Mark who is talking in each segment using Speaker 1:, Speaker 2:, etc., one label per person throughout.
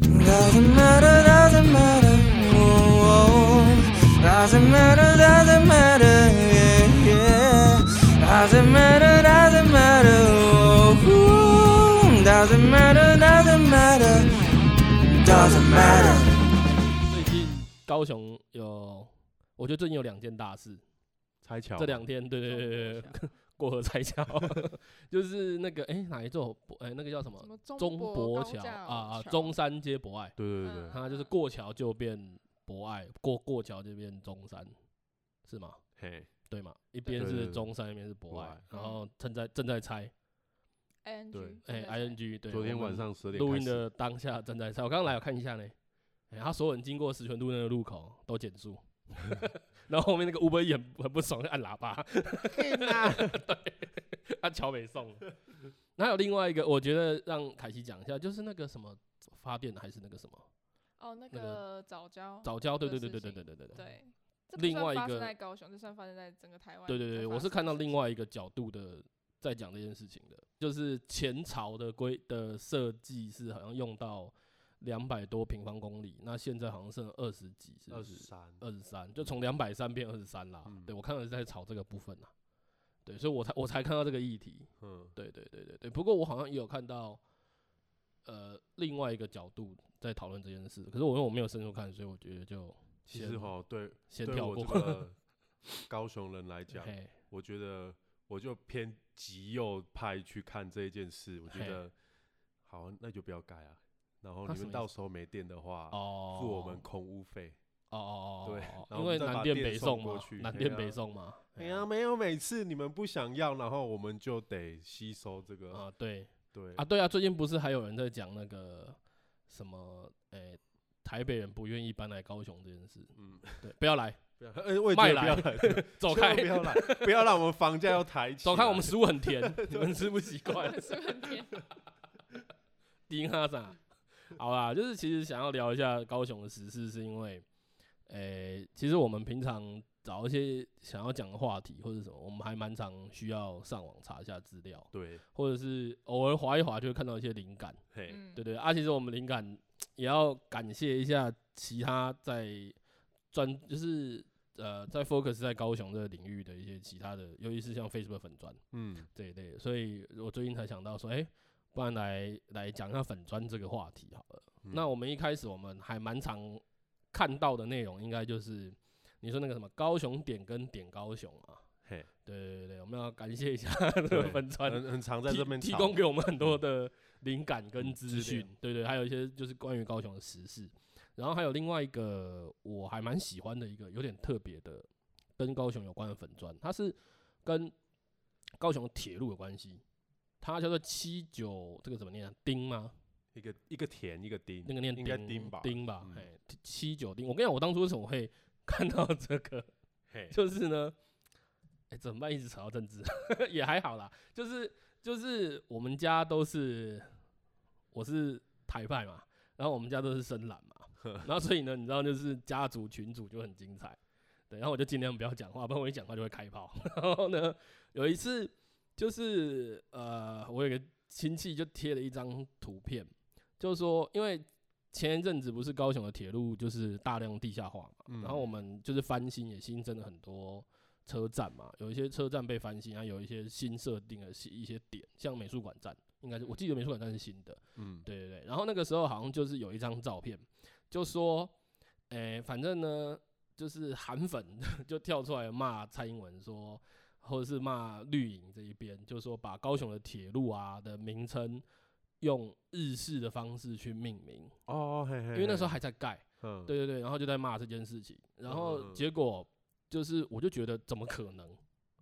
Speaker 1: Doesn't matter, doesn't matter. Whoa, doesn't matter, doesn't matter. Yeah, yeah. Doesn't matter, doesn't matter. Whoa, doesn't matter, doesn't matter. Doesn't matter.
Speaker 2: 最近高雄有，我觉得最近有两件大事，
Speaker 3: 拆桥，
Speaker 2: 这两天对对对对对， 过河拆 桥，就是那个哎、哪一座博哎、那个叫什么
Speaker 4: 什么中
Speaker 2: 中
Speaker 4: 博
Speaker 2: 博
Speaker 4: 高
Speaker 2: 桥
Speaker 4: 架
Speaker 2: 啊啊
Speaker 4: 桥
Speaker 2: 中山街博爱，
Speaker 3: 对对对对
Speaker 4: 嗯，
Speaker 2: 它就是过桥就变博爱，过过桥就变中山，是吗？
Speaker 3: 嘿，
Speaker 2: 对吗？一边
Speaker 3: 对对
Speaker 2: 是
Speaker 3: 对
Speaker 2: 中山，一边是博
Speaker 3: 博
Speaker 2: 爱
Speaker 3: 爱，
Speaker 2: 然后正在正在拆，
Speaker 4: ，ing，
Speaker 3: 对
Speaker 2: 哎、i n g 对，
Speaker 3: 昨天
Speaker 2: 我们
Speaker 3: 晚上十点
Speaker 2: 录
Speaker 3: 开
Speaker 2: 音
Speaker 3: 始，
Speaker 2: 的当下正在拆，我刚刚来有看一下呢，哎、他所有人经过石泉路那个路口都减速， 然后后面那个 Uber E 很很不爽，就按喇叭， 对，按桥北送。那还有另外一个，我觉得让凯西讲一下，就是那个什么发电的还是那个什么
Speaker 4: 哦，
Speaker 2: 那
Speaker 4: 那个早教，
Speaker 2: 早教，对对对
Speaker 4: 这
Speaker 2: 对对
Speaker 4: 个事
Speaker 2: 对对对对
Speaker 4: 对，这不
Speaker 2: 另
Speaker 4: 算
Speaker 2: 外一
Speaker 4: 发生
Speaker 2: 个
Speaker 4: 在高雄，这算发生在整个台湾。
Speaker 2: 对对对，我是看到另，外一个角度的在讲这件事情的，就是前朝的规的设计是好像用到两百多平方公里，那现在好像剩二十几，是不
Speaker 3: 二十
Speaker 2: 是？
Speaker 3: 三，
Speaker 2: 二十三，就从两百三变二十三啦。
Speaker 3: 嗯
Speaker 2: 对我看到是在炒这个部分啦，啊对，所以我才我才看到这个议题。
Speaker 3: 嗯，
Speaker 2: 对对对对对，不过我好像也有看到，呃，另外一个角度在讨论这件事，可是我因为我没有深入看，所以我觉得就
Speaker 3: 其
Speaker 2: 先
Speaker 3: 实哈，对
Speaker 2: 先
Speaker 3: 对
Speaker 2: 跳
Speaker 3: 我
Speaker 2: 过
Speaker 3: 这。个高雄人来讲，
Speaker 2: 嘿，
Speaker 3: 我觉得我就偏极右派去看这一件事，我觉
Speaker 2: 嘿
Speaker 3: 得好，那就不要改啊。然后
Speaker 2: 那
Speaker 3: 你
Speaker 2: 什么
Speaker 3: 们
Speaker 2: 意
Speaker 3: 到
Speaker 2: 思
Speaker 3: 时候没电的话，
Speaker 2: 哦，
Speaker 3: 付我们空屋费。
Speaker 2: 哦哦哦，
Speaker 3: 对
Speaker 2: 哦
Speaker 3: 然后
Speaker 2: 因
Speaker 3: 我
Speaker 2: 为
Speaker 3: 们再
Speaker 2: 南
Speaker 3: 把
Speaker 2: 电
Speaker 3: 电
Speaker 2: 北
Speaker 3: 送
Speaker 2: 送
Speaker 3: 过
Speaker 2: 嘛
Speaker 3: 去，
Speaker 2: 南
Speaker 3: 嘿
Speaker 2: 电
Speaker 3: 啊
Speaker 2: 北送嘛，啊
Speaker 3: 哎
Speaker 2: 嘿
Speaker 3: 呀，没有，每次你们不想要，然后我们就得吸收这个。
Speaker 2: 啊，对
Speaker 3: 对
Speaker 2: 啊，对啊，最近不是还有人在讲那个什么，诶，台北人不愿意搬来高雄这件事，
Speaker 3: 嗯，
Speaker 2: 对，不要来，
Speaker 3: 不要，呃，我也
Speaker 2: 卖
Speaker 3: 觉得不要 来，
Speaker 2: 走
Speaker 3: 千万
Speaker 2: 开，
Speaker 3: 不要来， 不要让我们房价要抬起来。
Speaker 2: 走开，我们食物很甜，你们吃不习 惯，
Speaker 4: 是很甜。
Speaker 2: 丁哈啥？好啦，就是其实想要聊一下高雄的时事，是因为，诶、其实我们平常找一些想要讲的话题或者什么，我们还蛮常需要上网查一下资料，
Speaker 3: 对，
Speaker 2: 或者是偶尔划一划就会看到一些灵感。
Speaker 3: 嘿，
Speaker 4: 嗯，
Speaker 2: 对对啊，其实我们灵感也要感谢一下其他在专就是呃在 focus 在高雄这个领域的一些其他的，尤其是像 Facebook 粉砖
Speaker 3: 嗯，
Speaker 2: 这一类的，所以我最近才想到说，哎、不然来来讲一下粉砖这个话题好了。
Speaker 3: 嗯
Speaker 2: 那我们一开始我们还蛮常看到的内容，应该就是你说那个什么高雄点跟点高雄啊，
Speaker 3: 嘿，
Speaker 2: 对对对对，我们要感谢一下这个
Speaker 3: 对
Speaker 2: 粉砖
Speaker 3: 很很常在
Speaker 2: 提
Speaker 3: 这边
Speaker 2: 呃提
Speaker 3: 吵
Speaker 2: 供给我们很多的灵感跟
Speaker 3: 嗯
Speaker 2: 资
Speaker 3: 资
Speaker 2: 讯
Speaker 3: 料，
Speaker 2: 对对，还有一些就是关于高雄的时事，然后还有另外一个我还蛮喜欢的一个有点特别的，跟高雄有关的粉砖，它是跟高雄铁路有关系，它叫做七九这个怎么念啊？丁吗？
Speaker 3: 一个一个甜一个丁，
Speaker 2: 那个念
Speaker 3: 应该
Speaker 2: 丁
Speaker 3: 丁吧
Speaker 2: 丁吧，
Speaker 3: 嗯
Speaker 2: 哎、七九丁。我跟你讲，我当初为什么会看到这个，
Speaker 3: 嘿，
Speaker 2: 就是呢，哎、怎么办？一直扯到政治， 也还好啦。就是就是我们家都是，我是台派嘛，然后我们家都是深蓝嘛，然后所以呢，你知道就是家族群组就很精彩，对，然后我就尽量不要讲话，不然我一讲话就会开炮。 然后呢，有一次就是呃，我有个亲戚就贴了一张图片，就是说因为。前一阵子不是高雄的铁路就是大量地下化嘛，
Speaker 3: 嗯
Speaker 2: 然后我们就是翻新，也新增了很多车站嘛，有一些车站被翻新，还有一些新设定的一些点，像美术馆站，应该是我记得美术馆站是新的，
Speaker 3: 嗯，
Speaker 2: 对对对。然后那个时候好像就是有一张照片，就说，诶、反正呢，就是韩粉就跳出来骂蔡英文说，或者是骂绿营这一边，就说把高雄的铁路啊的名称用日式的方式去命名，
Speaker 3: 哦，嘿嘿，
Speaker 2: 因为那时候
Speaker 3: 嘿，
Speaker 2: 还在盖。
Speaker 3: 嗯，
Speaker 2: 对对对，然后就在骂这件事情，然
Speaker 3: 嗯嗯
Speaker 2: 后
Speaker 3: 嗯
Speaker 2: 结果就是我就觉得怎么可能，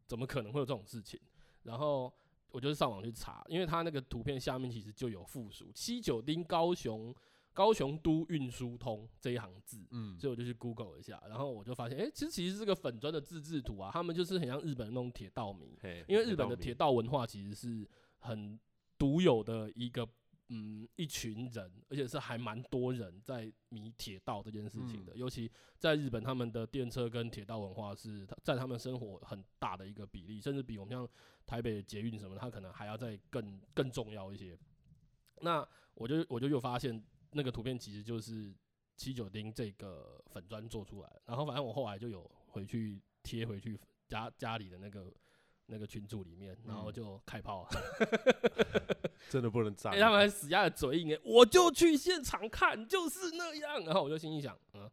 Speaker 2: 怎么可能会有这种事情？然后我就是上网去查，因为他那个图片下面其实就有附属七九町高雄高雄都运输通这一行字。
Speaker 3: 嗯，
Speaker 2: 所以我就去 Google 一下，然后我就发现，哎、其实其实这个粉砖的自制图啊，他们就是很像日本那种铁道迷，
Speaker 3: 嘿，
Speaker 2: 因为
Speaker 3: 铁
Speaker 2: 日本
Speaker 3: 道
Speaker 2: 的
Speaker 3: 迷
Speaker 2: 铁，道文化其实是很独有的一个嗯一群人，而且是还蛮多人在迷铁道这件事情的。尤其在日本，他们的电车跟铁道文化是它在他们生活很大的一个比例，甚至比我们像台北的捷运什么，它可能还要再更更重要一些。那我就我就又发现那个图片其实就是七九零这个粉砖做出来的，然后反正我后来就有回去贴回去家家里的那个那个群组里面，然后
Speaker 3: 嗯
Speaker 2: 就开炮了，
Speaker 3: 真的不能 站
Speaker 2: 哎、。他们还死鸭子嘴硬、欸，我就去现场看，就是那样。然后我就心里想，嗯，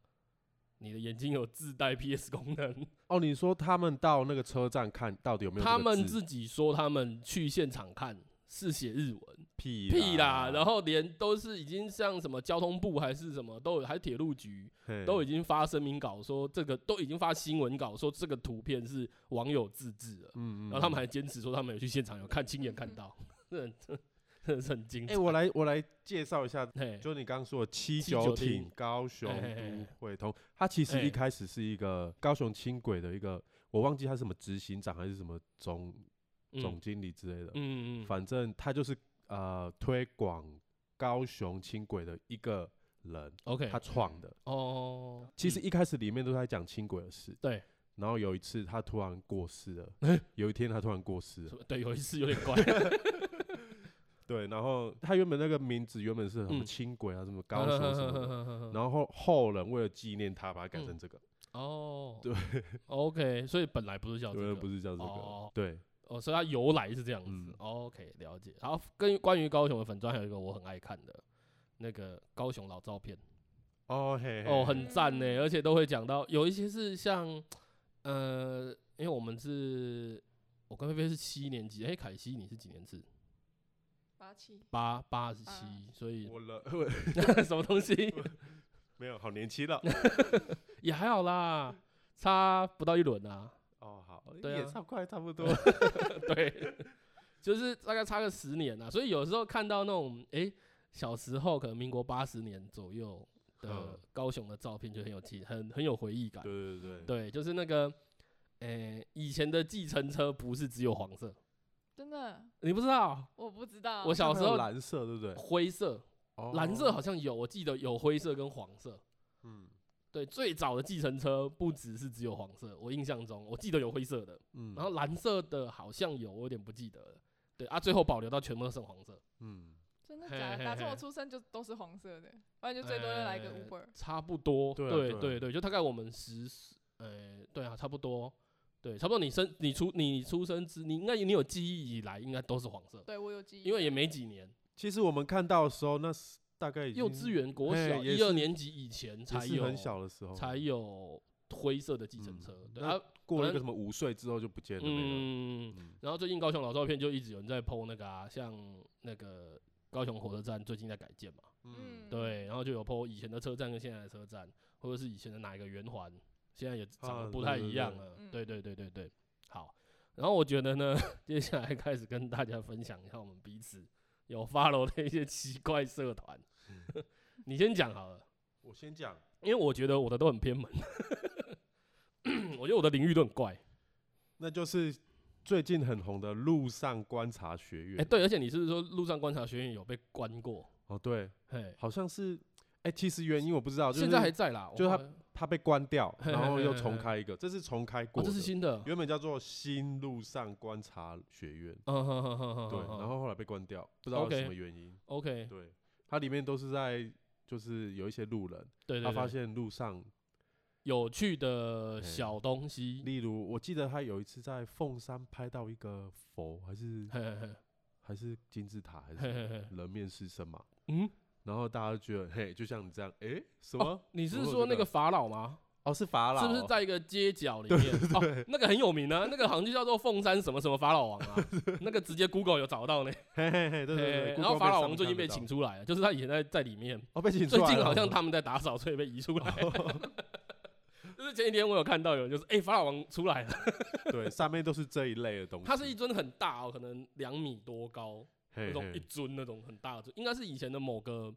Speaker 2: 你的眼睛有自带 PS 功能。
Speaker 3: 哦，你说他们到那个车站看到底有没有这
Speaker 2: 他
Speaker 3: 个
Speaker 2: 们
Speaker 3: 字
Speaker 2: 自己说他们去现场看是写日文，
Speaker 3: 屁
Speaker 2: 屁啦，然后连都是已经像什么交通部还是什么都有，还是铁路局都已
Speaker 3: 经
Speaker 2: 经发声明稿说这个都已经发新闻稿说这个图片是网友自制的，
Speaker 3: 嗯
Speaker 2: 然后他们还坚持说他们有去现场有看亲眼看到，这这这是很精
Speaker 3: 哎、
Speaker 2: 彩。
Speaker 3: 我来我来介绍一下，
Speaker 2: 嘿
Speaker 3: 就你刚刚说的七
Speaker 2: 七九
Speaker 3: 九
Speaker 2: 町
Speaker 3: 挺高雄
Speaker 2: 哎哎哎
Speaker 3: 都会通，它其实
Speaker 2: 哎
Speaker 3: 一开始是一个高雄轻轨的一个，我忘记它是什么执行长还是什么总总经理之类的，
Speaker 2: 嗯嗯嗯
Speaker 3: 反正他就是呃推广高雄轻轨的一个人，
Speaker 2: ，OK，
Speaker 3: 他创的。
Speaker 2: 哦，
Speaker 3: 其实
Speaker 2: 嗯
Speaker 3: 一开始里面都在讲轻轨的事，
Speaker 2: 对。
Speaker 3: 然后有一次他突然过世了，
Speaker 2: 哎
Speaker 3: 有一天他突然过世了，
Speaker 2: 对有一次有点 怪，
Speaker 3: 对。然后他原本那个名字原本是什么
Speaker 2: 嗯
Speaker 3: 轻轨啊，什么高雄什么的，
Speaker 2: 么
Speaker 3: 然后后人为了纪念他，把它改成这个，
Speaker 2: 哦，
Speaker 3: 对
Speaker 2: ，OK，所以本来不是叫这
Speaker 3: 有人
Speaker 2: 个
Speaker 3: 不，是叫这
Speaker 2: 哦
Speaker 3: 个，对，
Speaker 2: 哦，所以它由来是这样子。
Speaker 3: 嗯
Speaker 2: OK，了解。然后跟关于高雄的粉砖，还有一个我很爱看的那个高雄老照片，
Speaker 3: 哦嘿，
Speaker 2: 哦，
Speaker 3: 嘿
Speaker 2: 很赞呢，
Speaker 4: 嗯
Speaker 2: 而且都会讲到有一些是像呃，因为我们是我跟菲菲是七年级，哎、凯西你是几年次？
Speaker 4: 八七，
Speaker 2: 八八十
Speaker 4: 啊
Speaker 2: 七，所以
Speaker 3: 我了， 我
Speaker 2: 什么东西
Speaker 3: 没有，好年轻 了，
Speaker 2: 也还好啦，差不到一轮 啊。
Speaker 3: 哦好，
Speaker 2: 对啊
Speaker 3: 也差不快差 不多，
Speaker 2: 对，就是大概差个十年啊。所以有时候看到那种诶，小时候可能民国八十年左右的
Speaker 3: 嗯
Speaker 2: 高雄的照片，就很有记，很很有回忆感。
Speaker 3: 对对对，
Speaker 2: 对，就是那个诶、以前的计程车不是只有黄色，
Speaker 4: 真的
Speaker 2: 你不知道
Speaker 4: 我不知道。
Speaker 2: 我小时
Speaker 3: 它还有
Speaker 2: 候
Speaker 3: 蓝色对不对？
Speaker 2: 灰色、
Speaker 3: 哦
Speaker 2: 蓝色好，像有，我记得有灰色跟黄色。
Speaker 3: 嗯
Speaker 2: 对，最早的计程车不只是只有黄色，我印象中我记得有灰色的，
Speaker 3: 嗯，
Speaker 2: 然后蓝色的好像有，我有点不记得了。对啊，最后保留到全部都剩黄色。
Speaker 3: 嗯，
Speaker 4: 真的
Speaker 2: 嘿
Speaker 4: 假
Speaker 2: 嘿
Speaker 4: 的？打从
Speaker 2: 嘿
Speaker 4: 我出生就都是黄色的，不然就最多就来一个
Speaker 2: 呃
Speaker 4: Uber。
Speaker 2: 差不多，
Speaker 3: 对啊
Speaker 2: 对
Speaker 3: 对啊
Speaker 2: 对对，就大概我们十，呃，对啊，差不多，对，差不多你生你出你出生之你应该你有记忆以来应该都是黄色，
Speaker 4: 对我有记忆，
Speaker 2: 因为也没几年，
Speaker 3: 其实我们看到的时候，那是大概已
Speaker 2: 幼
Speaker 3: 经
Speaker 2: 稚园、国
Speaker 3: 嘿
Speaker 2: 小
Speaker 3: 也
Speaker 2: 一二
Speaker 3: 是
Speaker 2: 年级以前
Speaker 3: 也
Speaker 2: 才
Speaker 3: 是
Speaker 2: 有
Speaker 3: 很小的时候，
Speaker 2: 才有灰色的计程车，对
Speaker 3: 那
Speaker 2: 啊，
Speaker 3: 过了一
Speaker 2: 可
Speaker 3: 个
Speaker 2: 能
Speaker 3: 什么五岁之后就不见了，没了，
Speaker 2: 嗯，
Speaker 3: 嗯
Speaker 2: 然后最近高雄老照片就一直有人在 PO 那个啊，像那个高雄火车站最近在改建嘛，
Speaker 4: 嗯，
Speaker 2: 对，然后就有 PO 以前的车站跟现在的车站，或者是以前的哪一个圆环，现在也长
Speaker 3: 啊
Speaker 2: 得不
Speaker 3: 对
Speaker 2: 太
Speaker 3: 对
Speaker 2: 一
Speaker 3: 对
Speaker 2: 样了。
Speaker 4: 嗯
Speaker 2: 啊对对对对对，好。然后我觉得呢，接下来开始跟大家分享一下我们彼此有 follow 的一些奇怪社团。嗯 你先讲好了，
Speaker 3: 我先讲，
Speaker 2: 因为我觉得我的都很偏门， 我觉得我的领域都很怪。
Speaker 3: 那就是最近很红的路上观察学院，
Speaker 2: 哎、对，而且你是不是说路上观察学院有被关过？
Speaker 3: 哦对，
Speaker 2: 嘿，
Speaker 3: 好像是，哎、其实原因我不知道，就
Speaker 2: 现在还
Speaker 3: 是
Speaker 2: 在啦，我
Speaker 3: 就是
Speaker 2: 好
Speaker 3: 它
Speaker 2: 像
Speaker 3: 它被关掉，
Speaker 2: 嘿
Speaker 3: 然后
Speaker 2: 嘿
Speaker 3: 又
Speaker 2: 嘿
Speaker 3: 重
Speaker 2: 嘿
Speaker 3: 开一个，这是重开过
Speaker 2: 哦，
Speaker 3: 的，
Speaker 2: 这是新的，
Speaker 3: 原本叫做新路上观察学院，
Speaker 2: 嗯哼哼哼哼，
Speaker 3: 对，
Speaker 2: 哼
Speaker 3: 然后后来被关掉，不知道
Speaker 2: OK
Speaker 3: 什么原因，
Speaker 2: OK，
Speaker 3: 对，它里面都是在就是有一些路人，
Speaker 2: 对对
Speaker 3: 他
Speaker 2: 对，
Speaker 3: 发现路上，
Speaker 2: 有趣的
Speaker 3: 对
Speaker 2: 小东西。
Speaker 3: 例如我记得他有一次在凤山拍到一个佛，还是
Speaker 2: 嘿嘿嘿
Speaker 3: 还是金字塔，还是
Speaker 2: 嘿嘿
Speaker 3: 什
Speaker 2: 嘿
Speaker 3: 么人面狮身嘛，
Speaker 2: 嗯，
Speaker 3: 然后大家就觉得嘿，就像你这样，哎、什么？
Speaker 2: 哦，你是
Speaker 3: 我有
Speaker 2: 说那
Speaker 3: 这
Speaker 2: 个
Speaker 3: 个
Speaker 2: 法老吗？
Speaker 3: 哦，是法老
Speaker 2: 是
Speaker 3: 哦，
Speaker 2: 不是在一个街角里面？哦，那个很有名啊，那个好像就叫做凤山什么什么法老王啊， 那个直接 Google 有找到呢。
Speaker 3: 嘿嘿嘿，对对
Speaker 2: 嘿
Speaker 3: 对。
Speaker 2: 然后
Speaker 3: Google
Speaker 2: 法老
Speaker 3: 上
Speaker 2: 王最近
Speaker 3: 看
Speaker 2: 被
Speaker 3: 得到
Speaker 2: 请，出来了，就是他以前在在里面，
Speaker 3: 哦，被请出
Speaker 2: 最
Speaker 3: 来了。哦
Speaker 2: 近好像他们在打扫，所以被移出来。 就是前几天我有看到有人就是，哎、法老王出来了，
Speaker 3: 对上面都是这一类的东西。
Speaker 2: 它是一尊很大哦，可能两米多高，那
Speaker 3: 嘿
Speaker 2: 种一
Speaker 3: 嘿
Speaker 2: 尊那种很大的尊，应该是以前的某个，